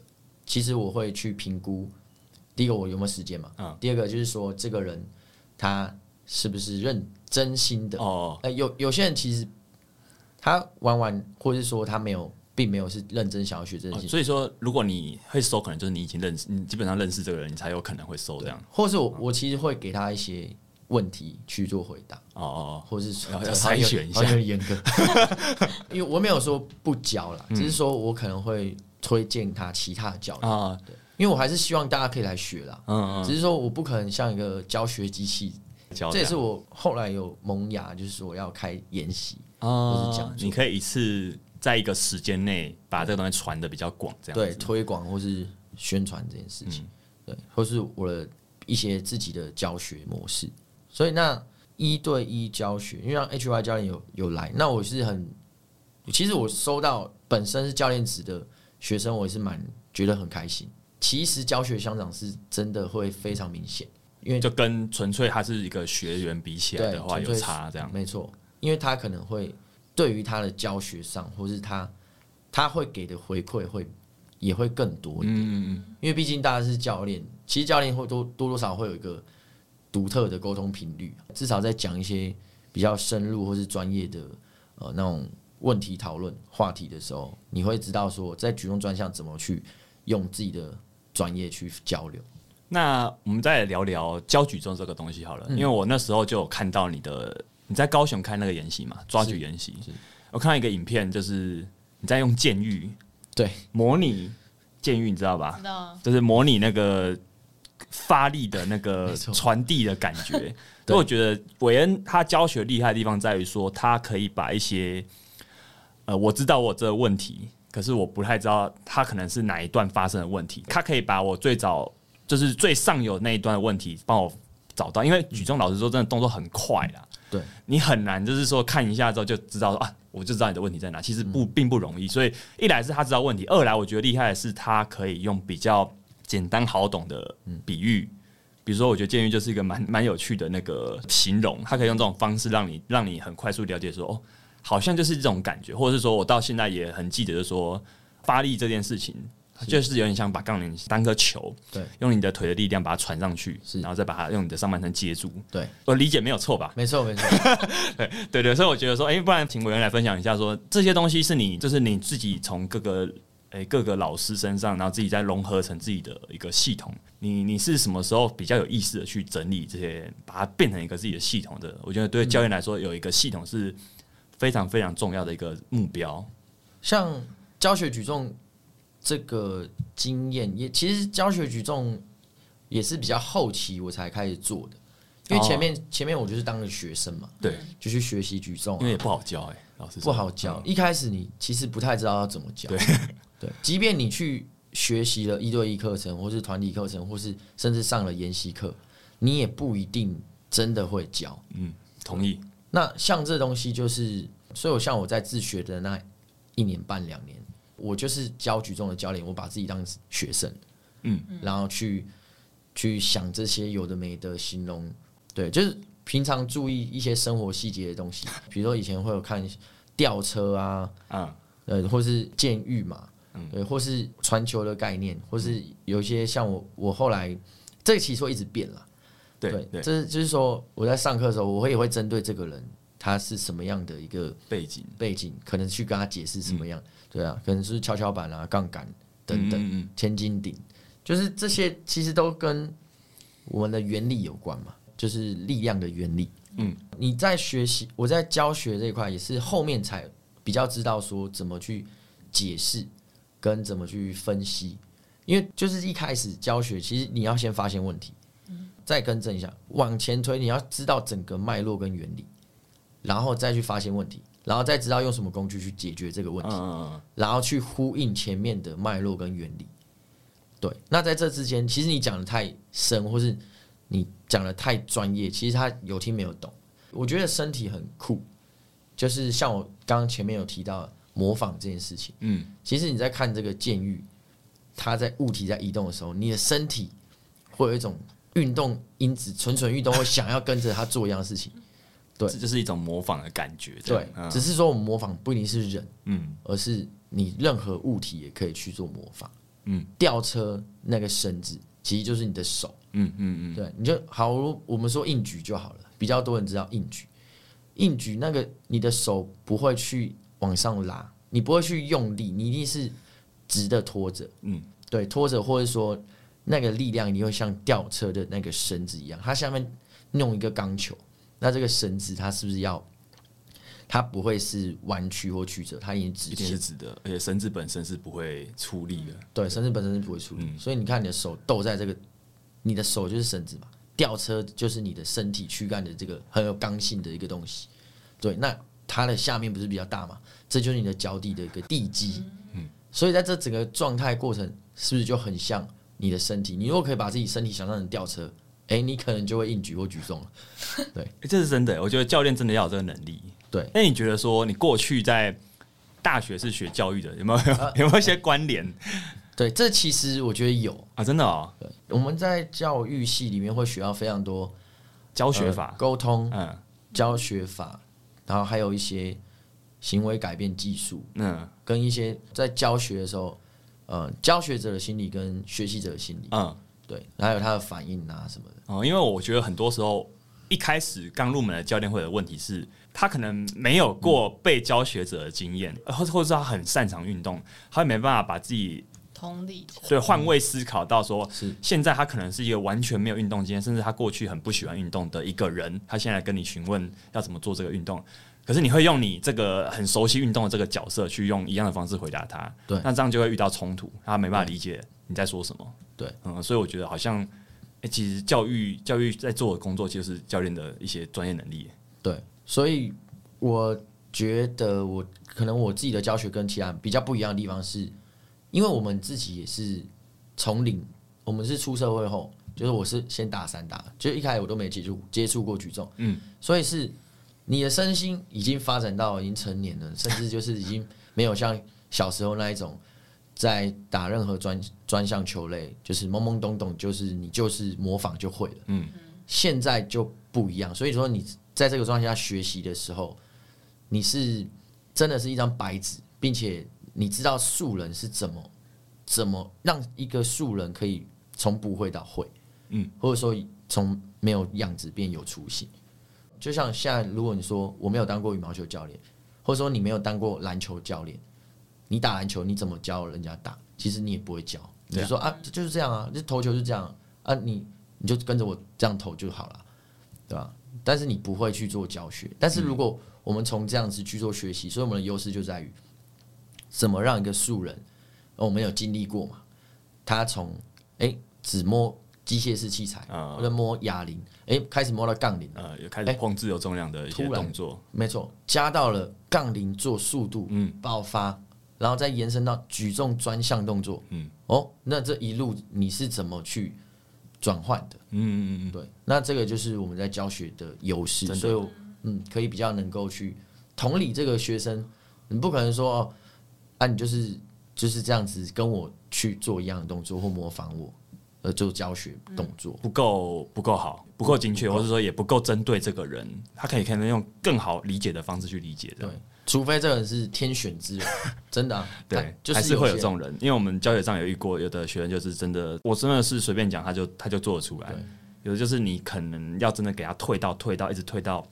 其实我会去评估，第一个我有没有时间嘛，嗯第二个就是说这个人他是不是认真心的，哦，呃，有有些人其实他玩玩，或是说他没有，并没有是认真想要学这件哦事情，所以说如果你会收，可能就是你已经认识，你基本上认识这个人，你才有可能会收这样。或是我我其实会给他一些问题去做回答，哦哦，或是说要要好像有筛选一下好像有点严格， 因为我没有说不教啦，只是说我可能会推荐他其他的教嗯哦练，啊，因为我还是希望大家可以来学啦，嗯只是说我不可能像一个教学机器，嗯，教这也是样我后来有萌芽，就是说我要开研习，哦是讲座你可以一次在一个时间内把这个东西传的比较广，这样对子嗯推广或是宣传这件事情，对，或是我的一些自己的教学模式。所以那一对一教学，因为让 HY 教练有有来，那我是很，其实我收到本身是教练职的学生，我也是蛮觉得很开心。其实教学相长是真的会非常明显，因为就跟纯粹他是一个学员比起来对的话纯有粹差，这样没错，因为他可能会对于他的教学上，或是他他会给的回馈会也会更多一点。嗯嗯因为毕竟大家是教练，其实教练会多多多少少会有一个独特的沟通频率，啊至少在讲一些比较深入或是专业的呃那种问题讨论话题的时候，你会知道说在举重专项怎么去用自己的专业去交流。嗯。那我们再来聊聊教举重这个东西好了，嗯因为我那时候就有看到你的你在高雄看那个演习嘛，抓举演习是，我看到一个影片，就是你在用剑玉对，模拟剑玉，你知道吧知？道啊，就是模拟那个发力的那个没错传递的感觉。所以我觉得韦恩他教学厉害的地方在于说，他可以把一些呃，我知道我这个问题，可是我不太知道他可能是哪一段发生的问题，他可以把我最早就是最上游那一段的问题帮我找到，因为举重老师说真的动作很快啦。对，你很难就是说看一下之后就知道啊，我就知道你的问题嗯在哪。其实不并不容易，所以一来是他知道问题，嗯二来我觉得厉害的是他可以用比较简单好懂的比喻，比比如说，我觉得监狱就是一个蛮蛮有趣的那个形容，它可以用这种方式让你让你很快速了解说，哦，好像就是这种感觉，或者是说我到现在也很记得，就是说发力这件事情，就是有点像把杠铃当个球，对，用你的腿的力量把它传上去，是然后再把它用你的上半身接住。对，我理解没有错吧？没错没错，对对，所以我觉得说，哎、不然请委员来分享一下说，这些东西是你，就是你自己从各个哎、各个老师身上，然后自己再融合成自己的一个系统。你你是什么时候比较有意识的去整理这些，把它变成一个自己的系统的？我觉得对教练来说，有一个系统是非常非常重要的一个目标。像教学举重这个经验，也其实教学举重也是比较后期我才开始做的，因为前面、前面我就是当个学生嘛，哦对，就去学习举重、因为也啊，不好教哎、老嗯师不好教。一开始你其实不太知道要怎么教，对 对，即便你去学习了一对一课程，或是团体课程，或是甚至上了研习课，你也不一定真的会教。同意，那像这东西就是，所以我像我在自学的那一年半两年，我就是教举重的教练，我把自己当学生，嗯，然后去去想这些有的没的形容，对，就是平常注意一些生活细节的东西，比如说以前会有看吊车啊，嗯，呃，或是监狱嘛，对，或是传球的概念，或是有一些像我我后来这个其实会一直变啦。对对，对，这是就是说我在上课的时候，我会也会针对这个人他是什么样的一个背景嗯背景，可能去跟他解释什么样，对啊，可能是跷跷板啊、杠杆等等、嗯嗯嗯千斤顶，就是这些其实都跟我们的原理有关嘛，就是力量的原理。嗯，你在学习，我在教学这一块也是后面才比较知道说怎么去解释跟怎么去分析，因为就是一开始教学，其实你要先发现问题，嗯再更正一下，往前推，你要知道整个脉络跟原理，然后再去发现问题，然后再知道用什么工具去解决这个问嗯题，嗯嗯，然后去呼应前面的脉络跟原理。对，那在这之间，其实你讲的太深，或是你讲的太专业，其实他有听没有懂。我觉得身体很酷，就是像我刚刚前面有提到模仿这件事情。嗯，其实你在看这个剑狱，它在物体在移动的时候，你的身体会有一种运动因子，蠢蠢欲动，会想要跟着它做一样的事情。对这就是一种模仿的感觉。这样对，嗯只是说我们模仿不一定是人，嗯，而是你任何物体也可以去做模仿。嗯，吊车那个绳子其实就是你的手，嗯嗯嗯，对，你就好，我们说硬举就好了，比较多人知道硬举。硬举那个你的手不会去往上拉，你不会去用力，你一定是直的拖着，嗯，对，拖着或者说那个力量一定会像吊车的那个绳子一样，它下面弄一个钢球，那这个绳子它是不是要？它不会是弯曲或曲折，它已经直一定是嗯线，直的，而且绳子本身是不会出力的。对，绳子本身是不会出力，嗯所以你看你的手斗在这个，你的手就是绳子嘛，吊车就是你的身体躯干的这个很有刚性的一个东西，对，那它的下面不是比较大嘛，这就是你的脚底的一个地基，嗯所以在这整个状态过程是不是就很像你的身体？你如果可以把自己身体想象成吊车，哎、你可能就会硬举或举重了，欸这是真的欸，我觉得教练真的要有这个能力。对，那你觉得说你过去在大学是学教育的，有没有 有没有一些关联对，这其实我觉得有，啊？真的哦，对，我们在教育系里面会学到非常多教呃学法，沟通，嗯教学法，然后还有一些行为改变技术，嗯跟一些在教学的时候，呃，教学者的心理跟学习者的心理，嗯对，还有他的反应啊什么的，哦，因为我觉得很多时候一开始刚入门的教练会有的问题是，他可能没有过被教学者的经验，呃或者或者是他很擅长运动，他没办法把自己同理，对换位思考到说，是现在他可能是一个完全没有运动经验，甚至他过去很不喜欢运动的一个人，他现在跟你询问要怎么做这个运动，可是你会用你这个很熟悉运动的这个角色去用一样的方式回答他，对那这样就会遇到冲突，他没办法理解你在说什么，对，嗯，所以我觉得好像，诶其实教育教育在做的工作就是教练的一些专业能力，对，所以我觉得我可能我自己的教学跟其他人比较不一样的地方是，因为我们自己也是从零，我们是出社会后，就是我是先打散打，就是一开始我都没接触接触过举重，嗯，所以是你的身心已经发展到已经成年了，甚至就是已经没有像小时候那一种在打任何专专项球类，就是懵懵懂懂，就是你就是模仿就会了。嗯嗯，现在就不一样，所以说你在这个状态下学习的时候，你是真的是一张白纸，并且你知道素人是怎么怎么让一个素人可以从不会到会，嗯嗯，或者说从没有样子变有雏形。就像现在，如果你说我没有当过羽毛球教练，或者说你没有当过篮球教练，你打篮球你怎么教人家打？其实你也不会教，你对啊就说啊，这就是这样啊，这投球就这样啊，你你就跟着我这样投就好了，对吧？但是你不会去做教学。但嗯是如果我们从这样子去做学习，所以我们的优势就在于怎么让一个素人，呃我们有经历过嘛，他从哎只摸机械式器材，啊或者摸哑铃，哎开始摸到杠铃，呃，也开始碰自由重量的一些突然动作，没错，加到了杠铃做速度，嗯爆发，然后再延伸到举重专项动作，嗯哦，那这一路你是怎么去转换的？嗯嗯嗯嗯，对，那这个就是我们在教学的优势真，的所以我嗯，可以比较能够去同理这个学生，你不可能说哦，啊，你就是就是这样子跟我去做一样的动作或模仿我，呃，做教学动作，不够不够好，不够精确，或者说也不够针对这个人，他可以可能用更好理解的方式去理解的对。，除非这个人是天选之人，真的啊、 对但，就还是是会有些这种人，因为我们教学上有遇过，有的学员就是真的，我真的是随便讲，他就他就做得出来对。有的就是你可能要真的给他退到退到，一直退到，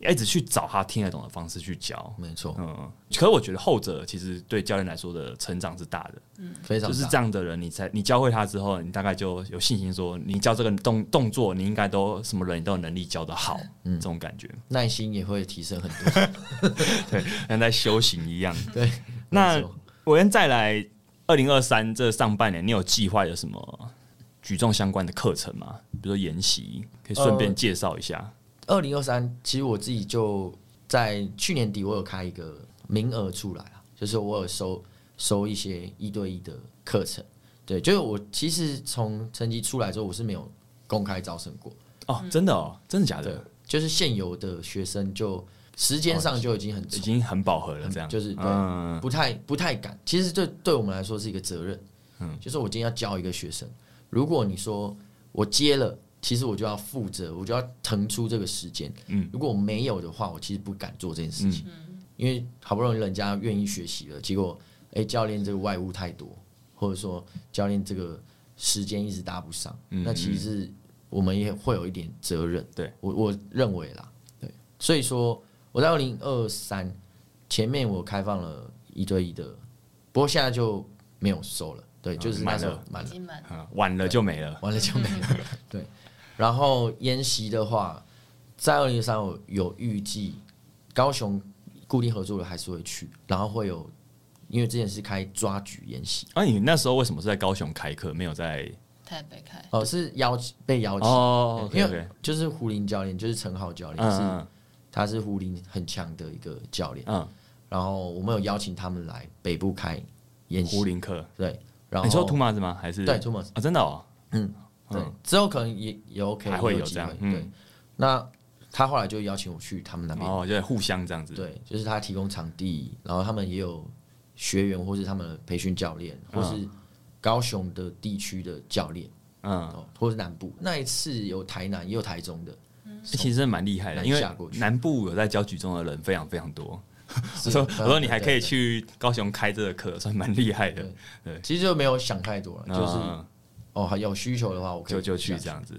一直去找他听得懂的方式去教。没错，嗯，可是我觉得后者其实对教练来说的成长是大的，非常就是大这样的人，你才你教会他之后，你大概就有信心说，你教这个动动作，你应该都什么人你都有能力教得好，嗯这种感觉，耐心也会提升很多。像在修行一样。 对，那没错我跟再来，二零二三这上半年，你有计划有什么举重相关的课程吗？比如说研习，可以顺便呃介绍一下。二零二三，其实我自己就在去年底，我有开一个名额出来啊，就是我有收收一些一对一的课程。对，就是我其实从成绩出来之后，我是没有公开招生过。哦，真的哦，真的假对的？，就是现有的学生就时间上就已经很已紧，经很饱和了，这样就是对嗯不太不太敢。其实这对我们来说是一个责任。嗯，就是我今天要教一个学生，如果你说我接了，其实我就要负责，我就要腾出这个时间。嗯嗯，如果我没有的话，我其实不敢做这件事情，因为好不容易人家愿意学习了，结果哎、教练这个外物太多，或者说教练这个时间一直搭不上，嗯那其实我们也会有一点责任。对我我认为啦，对，所以说我在二零二三前面我开放了一对一的，不过现在就没有收了。对，就是那时候啊满了满已了，经满了。嗯晚了就没了。完了就没了。对，然后研习的话，在二零二三我有预计，高雄固定合作的还是会去，然后会有，因为之前是开抓举研习，啊，你那时候为什么是在高雄开课，没有在？台北开，哦、是邀被邀请，哦因，OK，为就是胡林教练，就是陈浩教练，是嗯他是胡林很强的一个教练，嗯然后我们有邀请他们来北部开研嗯，习胡，林课，对，然后你说图马子吗？还是对图马啊，真的哦，嗯，对，之后可能也也 OK，还会有机这样会嗯对，那他后来就邀请我去他们那边哦，就在互相这样子，对，就是他提供场地，然后他们也有学员或是他们的培训教练，或是高雄的地区的教练，嗯，哦，或是南部。那一次有台南也有台中的，欸其实真的蛮厉害的，南因为下过去南部有在教举重的人非常非常多。我 我说我说你还可以。去高雄开这个课，算蛮厉害的对。对其实就没有想太多了，就是嗯哦，还有需求的话，我可以就就去下这。样子，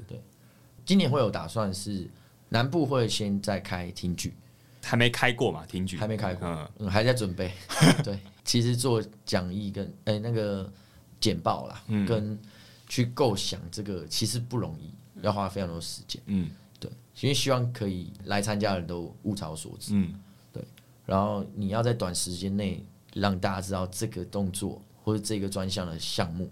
今年会有打算是南部会先再开听剧，还没开过嘛，挺举还没开过嗯，嗯，还在 准备。对，其实做讲义跟哎、那个简报啦，嗯跟去构想这个其实不容易，要花非常多时间。嗯对，因为希望可以来参加的人都物超所值，嗯然后你要在短时间内让大家知道这个动作或者这个专项的项目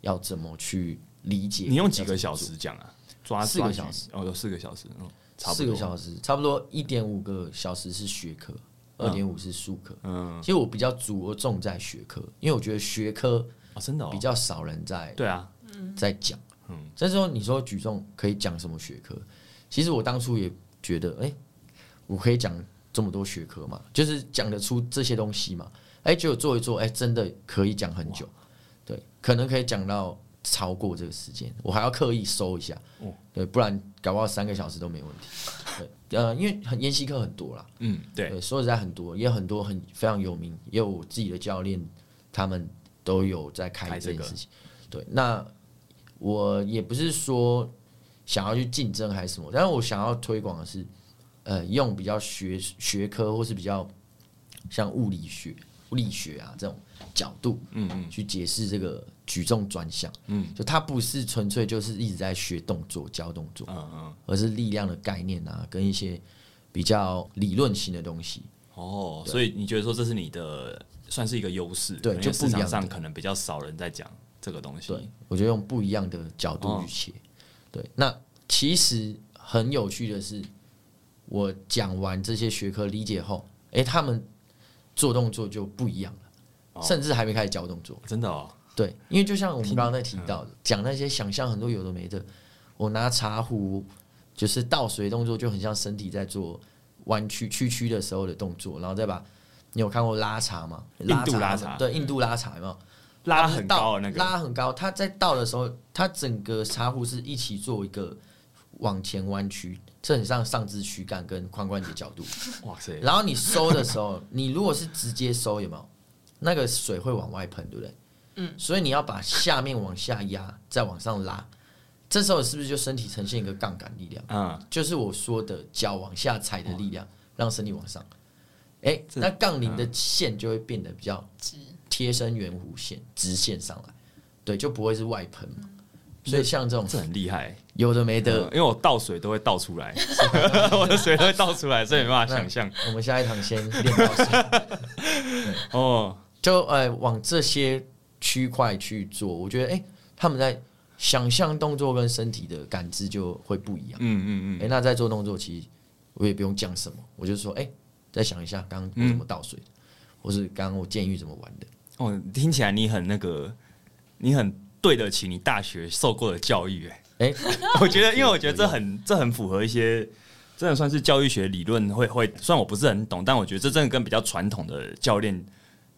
要怎么去理解。你用几个小？时讲啊？抓四个抓举小时哦，有四个小时，嗯，差不四多个小时，差不多一点五个小时是学科，二点五是术科。嗯，其实我比较着重在学科，因为我觉得学科哦，真的哦比，较少人在对啊，在讲。嗯，但是说你说举重可以讲什么学科？其实我当初也觉得，哎、我可以讲这么多学科嘛，就是讲得出这些东西嘛。哎，结果做一做，哎，真的可以讲很久，对，可能可以讲到超过这个时间，我还要刻意收一下，对，不然搞不好三个小时都没问题。对，呃，因为很研习课很多啦，嗯，对，对，说实在很多，也有很多很非常有名，也有我自己的教练，他们都有在开开这这件个事情。对，那我也不是说想要去竞争还是什么，但是我想要推广的是，呃，用比较学学科或是比较像物理学、物理学啊这种角度，嗯嗯去解释这个举重专项。嗯，就它不是纯粹就是一直在学动作、教动作，嗯嗯，而是力量的概念啊，跟一些比较理论型的东西。哦，所以你觉得说这是你的算是一个优势，对可能就不市一样场上的可能比较少人在讲这个东西，对，我就用不一样的角度哦去切。对，那其实很有趣的是，我讲完这些学科理解后，诶，他们做动作就不一样了，哦甚至还没开始教动作。真的哦，对，因为就像我们刚刚在提到的，嗯讲那些想象很多有的没的，我拿茶壶就是倒水动作，就很像身体在做弯曲曲曲的时候的动作，然后再把你有看过拉茶吗？印度拉茶嗯对，印度拉茶有没有？拉它不是很倒高的那个，拉很高。它在倒的时候，它整个茶壶是一起做一个往前弯曲，这很像上肢躯干跟髋关节角度。哇塞，然后你收的时候，你如果是直接收，有没有？那个水会往外喷，对不对？嗯。所以你要把下面往下压，再往上拉，这时候是不是就身体呈现一个杠杆力量？嗯，就是我说的脚往下踩的力量，让身体往上。哎、那杠铃嗯的线就会变得比较直贴身圆弧线直线上来，对，就不会是外喷嘛。所以像这种这很厉害，有的没嗯的，因为我倒水都会倒 出来，我的水都会倒出来，所以没办法想象。我们下一堂先练到谁？哦，就呃往这些区块去做，我觉得哎、他们在想象动作跟身体的感知就会不一样。嗯哎、嗯嗯，那在做动作，其实我也不用讲什么，我就说哎、再想一下刚刚我嗯怎么倒水，或是刚刚我监狱怎么玩的。哦，听起来你很那个，你很对得起你大学受过的教育，哎，哎、我觉得，因为我觉得这很这很符合一些。真的算是教育学理论会会，虽然我不是很懂，但我觉得这真的跟比较传统的教练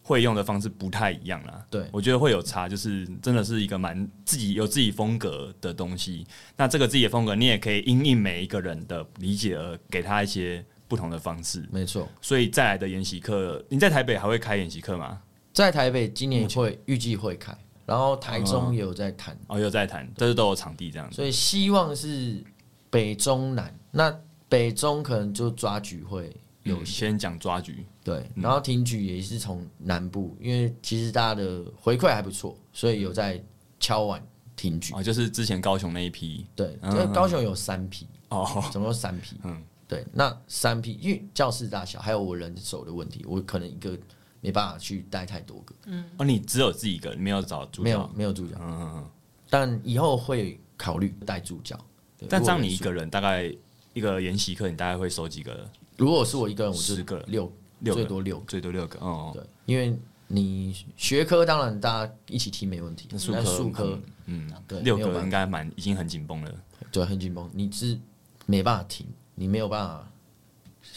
会用的方式不太一样啦。对我觉得会有差，就是真的是一个蛮自己有自己风格的东西。那这个自己的风格，你也可以因应每一个人的理解而给他一些不同的方式。没错，所以再来的研习课，你在台北还会开研习课吗？在台北今年会预计会开，然后台中也有在谈。哦，又在谈，这是都有场地这样子。所以希望是北中南。那北中可能就抓举会有有先讲抓局，对，然后挺举也是从南部，因为其实大家的回馈还不错，所以有在敲碗挺举。哦，就是之前高雄那一批对，嗯因为高雄有三批，哦，总共三批。嗯嗯，对，那三批因为教室大小还有我人手的问题，我可能一个没办法去带太多个，哦，你只有自己一个，你没有找助教没有，没有助教，嗯嗯，嗯但以后会考虑带助教。对但如这果样你一是个人大概一个研习课，你大概会收几个？如果是我一个人，我就十个六六个最多六个。最多六个，哦，对，因为你学科当然大家一起听没问题，那数但科，数科嗯，对嗯，六没有办个法应该蛮已经很紧绷了。对很紧绷，你是没办法停，你没有办法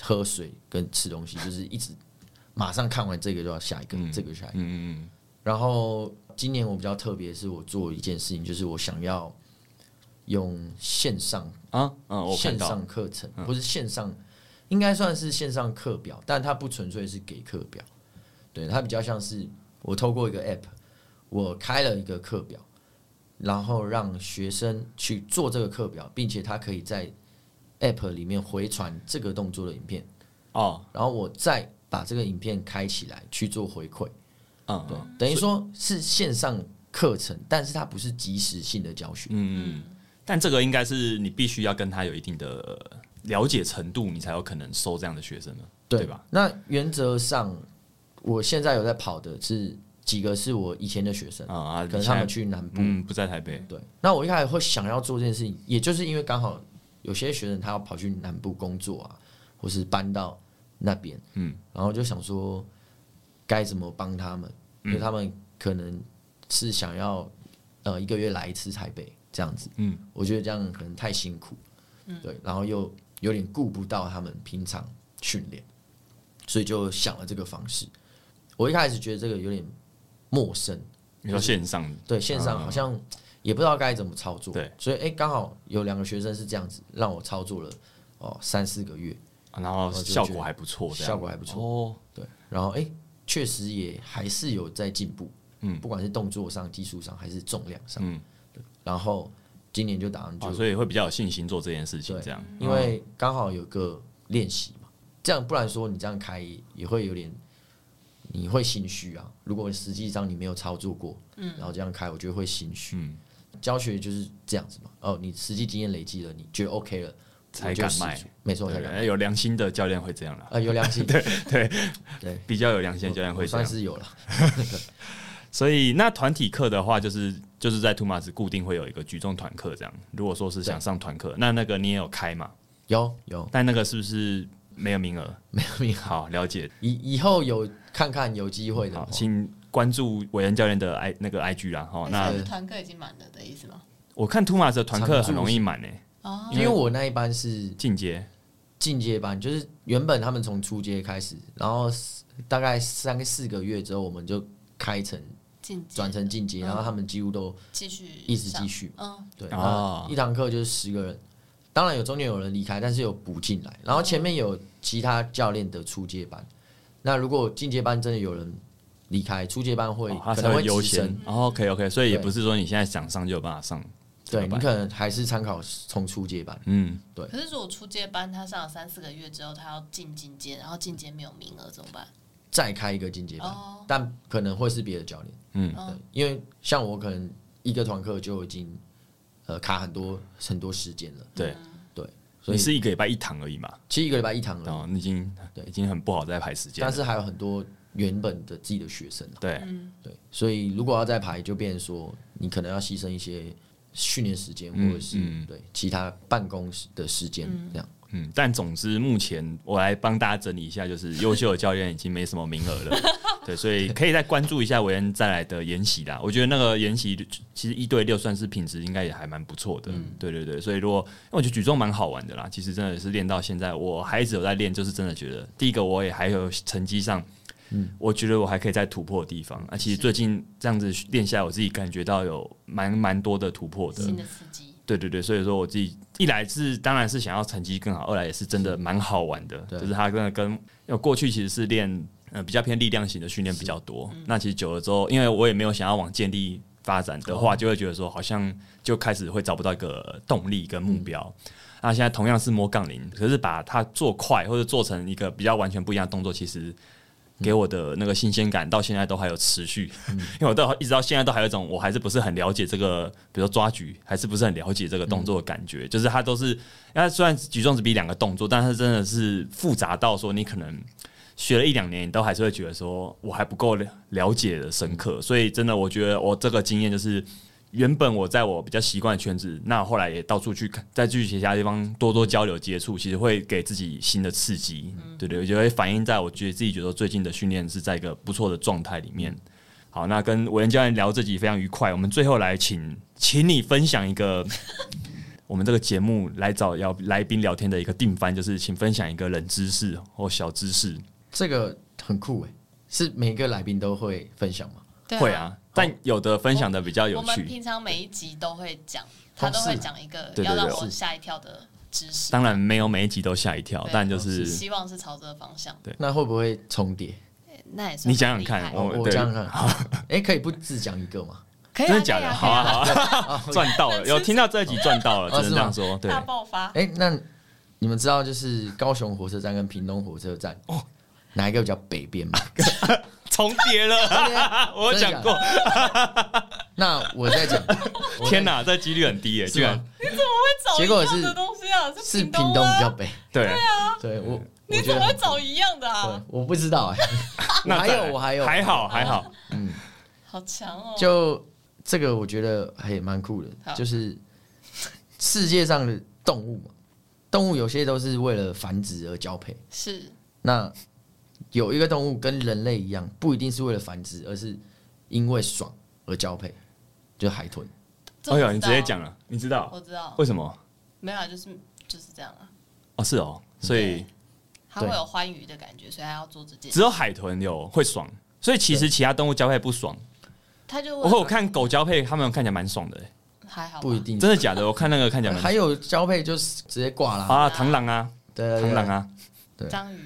喝水跟吃东西，就是一直马上看完这个就要下一个，这个下一个。嗯嗯然后今年我比较特别，是我做一件事情，就是我想要用线上嗯啊嗯，我看线到嗯上课程，不是线上，应该算是线上课表，但它不纯粹是给课表，对，它比较像是我透过一个 app，我开了一个课表，然后让学生去做这个课表，并且他可以在 app 里面回传这个动作的影片，哦，然后我再把这个影片开起来去做回馈，嗯对嗯，等于说是线上课程，但是它不是即时性的教学，嗯嗯，但这个应该是你必须要跟他有一定的了解程度，你才有可能收这样的学生呢，对吧？？那原则上，我现在有在跑的是几个是我以前的学生，啊啊，可能你他现们在去南部。嗯不在台北，对，那我一开始会想要做这件事情，也就是因为刚好有些学生他要跑去南部工作啊，或是搬到那边，嗯，然后就想说该怎么帮他们，嗯因为他们可能是想要呃一个月来一次台北这样子，嗯，我觉得这样可能太辛苦，对，然后又有点顾不到他们平常训练，所以就想了这个方式。我一开始觉得这个有点陌生，你说线上嗯对线上好像也不知道该怎么操作，啊对，所以哎，刚、好有两个学生是这样子让我操作了哦三四个月，然后效果还不错，这样哦效果还不错哦。对，然后哎，确、实也还是有在进步，嗯不管是动作上、技术上还是重量上，嗯，然后今年就打算就、哦所以会比较有信心做这件事情，对这样，因为刚好有个练习嘛，这样不然说你这样开也会有点，你会心虚啊。如果实际上你没有操作过，嗯，然后这样开，我觉得会心虚。嗯，教学就是这样子嘛，哦，你实际经验累积了，你觉得 OK 了，才我就敢试卖出，没错，才敢卖，对有良心的教练会这样啦，呃，有良心，对 对对，比较有良心的教练我会这算样。是有了，所以那团体课的话，就是就是在图马斯固定会有一个举重团课这样。如果说是想上团课，那那个你也有开嘛？有有但那个是不是没有名额？ 没有名，好，了解。以以后有看看有机会的话好，，请关注韦恩教练的 i 那个 IG 啦。哦哎好，那但哎是团课已经满了的意思吗？我看图马斯的团课很容易满诶，哦，因为我那一班是进阶进阶班，就是原本他们从初阶开始，然后大概三四个月之后，我们就开成进阶转成进嗯阶，然后他们几乎都继续一直上继续。嗯，对，哦那一堂课就是十个人，当然有中间有人离开，但是有补进来，然后前面有其他教练的初阶班。那如果进阶班真的有人离开，初阶班会哦它可才能会会优提先升，。 OK OK，所以也对不是说你现在想上就有办法上。怎对你么办可能还是参考从初阶班。嗯，可是如果初阶班他上了三四个月之后，他要进进阶，然后进阶没有名额怎么办？再开一个进阶班，哦但可能会是别的教练。嗯对，因为像我可能一个团课就已经呃卡很多很多时间了，对，对，你所以是一个礼拜一堂而已嘛，其实一个礼拜一堂而已，哦，你已经对已经很不好再排时间但了。是还有很多原本的自己的学生啊对，对，所以如果要再排，就变成说你可能要牺牲一些训练时间，嗯或者是、嗯对其他办公室的时间这样。嗯，但总之目前我来帮大家整理一下，就是优秀的教练已经没什么名额了，对，所以可以再关注一下韦恩再来的研习啦。我觉得那个研习其实一对六算是品质应该也还蛮不错的，对对对。所以如果因为我觉得举重蛮好玩的啦，其实真的是练到现在，我还一直有在练，就是真的觉得第一个我也还有成绩上。我觉得我还可以再突破的地方，啊，其实最近这样子练下来，我自己感觉到有蛮蛮多的突破的，新的司机对对对，所以说我自己一来是当然是想要成绩更好，二来也是真的蛮好玩的，对就是它真的跟因为我过去其实是练呃比较偏力量型的训练比较多，那其实久了之后，因为我也没有想要往健力发展的话，就会觉得说好像就开始会找不到一个呃动力跟目标。那现在同样是摸杠铃，可是把它做快或者做成一个比较完全不一样的动作，其实给我的那个新鲜感到现在都还有持续，因为我到一直到现在都还有一种我还是不是很了解这个，比如说抓举，还是不是很了解这个动作的感觉，就是它都是，它虽然举重只比两个动作，但是真的是复杂到说你可能。学了一两年，你都还是会觉得说，我还不够了了解的深刻，所以真的，我觉得我这个经验就是，原本我在我比较习惯的圈子，那后来也到处去看，再去其他地方多多交流接触，其实会给自己新的刺激，对对，我觉得会反映在我觉得自己觉得最近的训练是在一个不错的状态里面。好，那跟韦恩教练聊这集非常愉快，我们最后来请请你分享一 个我们这个节目来找要来宾聊天的一个定番，就是请分享一个冷知识或小知识，这个很酷诶、欸是每个来宾都会分享吗？会，啊，但有的分享的比较有哦我们趣，平常每一集都会讲，他哦都是会讲一个对对要让对我是吓一跳的知识，当然没有每一集都吓一跳对，但就是是希望是朝这个方向。那会不会重叠？那也算你想想很厉害看，哦我对这样看， 哎、可以不只讲一个吗？可以啊真的假可以的？啊好可以啊啊好啊， 赚到了！有听到这一集赚到了，哦只能这样说。对大，爆 发， 哎、那你们知道就是高雄火车站跟屏东火车站哦，哪一个比较北边吗？重叠了， 我有讲过。那我在讲，我在天哪，这几率很低耶，居是然吗？会找结果一样的是东西啊，是是屏屏东东吗比较北，啊对。对我，我 你觉怎得么会找一样的对啊？，我不知道哎、我 那还再来有我还有还好还哦好，好强哦！就这个我觉得还蛮酷的，好就是世界上的动物嘛，动物有些都是为了繁殖而交配，是那有一个动物跟人类一样，不一定是为了繁殖，而是因为爽而交配，就是海豚。这我哎知呦，道你直接讲，了，你知道我知道，为什么？没有啊，就是就是这样啊，哦，是哦，所以对它会对有欢愉的感觉，所以它要做这件只事。有海豚有会爽，所以其实其他动物交配不爽，他就我我看狗交配，它们看起来蛮爽的、欸还好吧不一定真的假的？我看那个看起来蛮还有交配就是直接挂了，啊，螳螂啊，对对螳对螂啊，章鱼。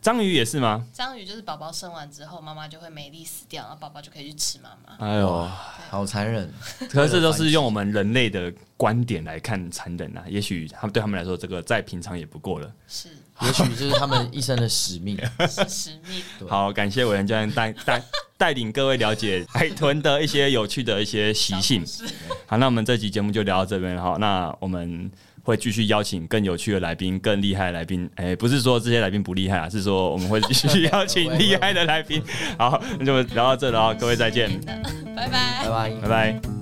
章鱼也是吗？章鱼就是宝宝生完之后，妈妈就会美丽死掉，然后宝宝就可以去吃妈妈。哎呦，好残忍， 可是这都是用我们人类的观点来看残忍啊。也许他们对他们来说，这个再平常也不过了。是也许就是他们一生的 使命。是使命，对好，感谢伟人教练带带带领各位了解海豚的一些有趣的一些习性。是好，那我们这期节目就聊到这边哈。那我们会继续邀请更有趣的来宾、更厉害的来宾。哎、不是说这些来宾不厉害啊，是说我们会继续邀请 厉害的来宾。好，那就聊到这了啊，各位再见，拜拜拜。拜。拜拜。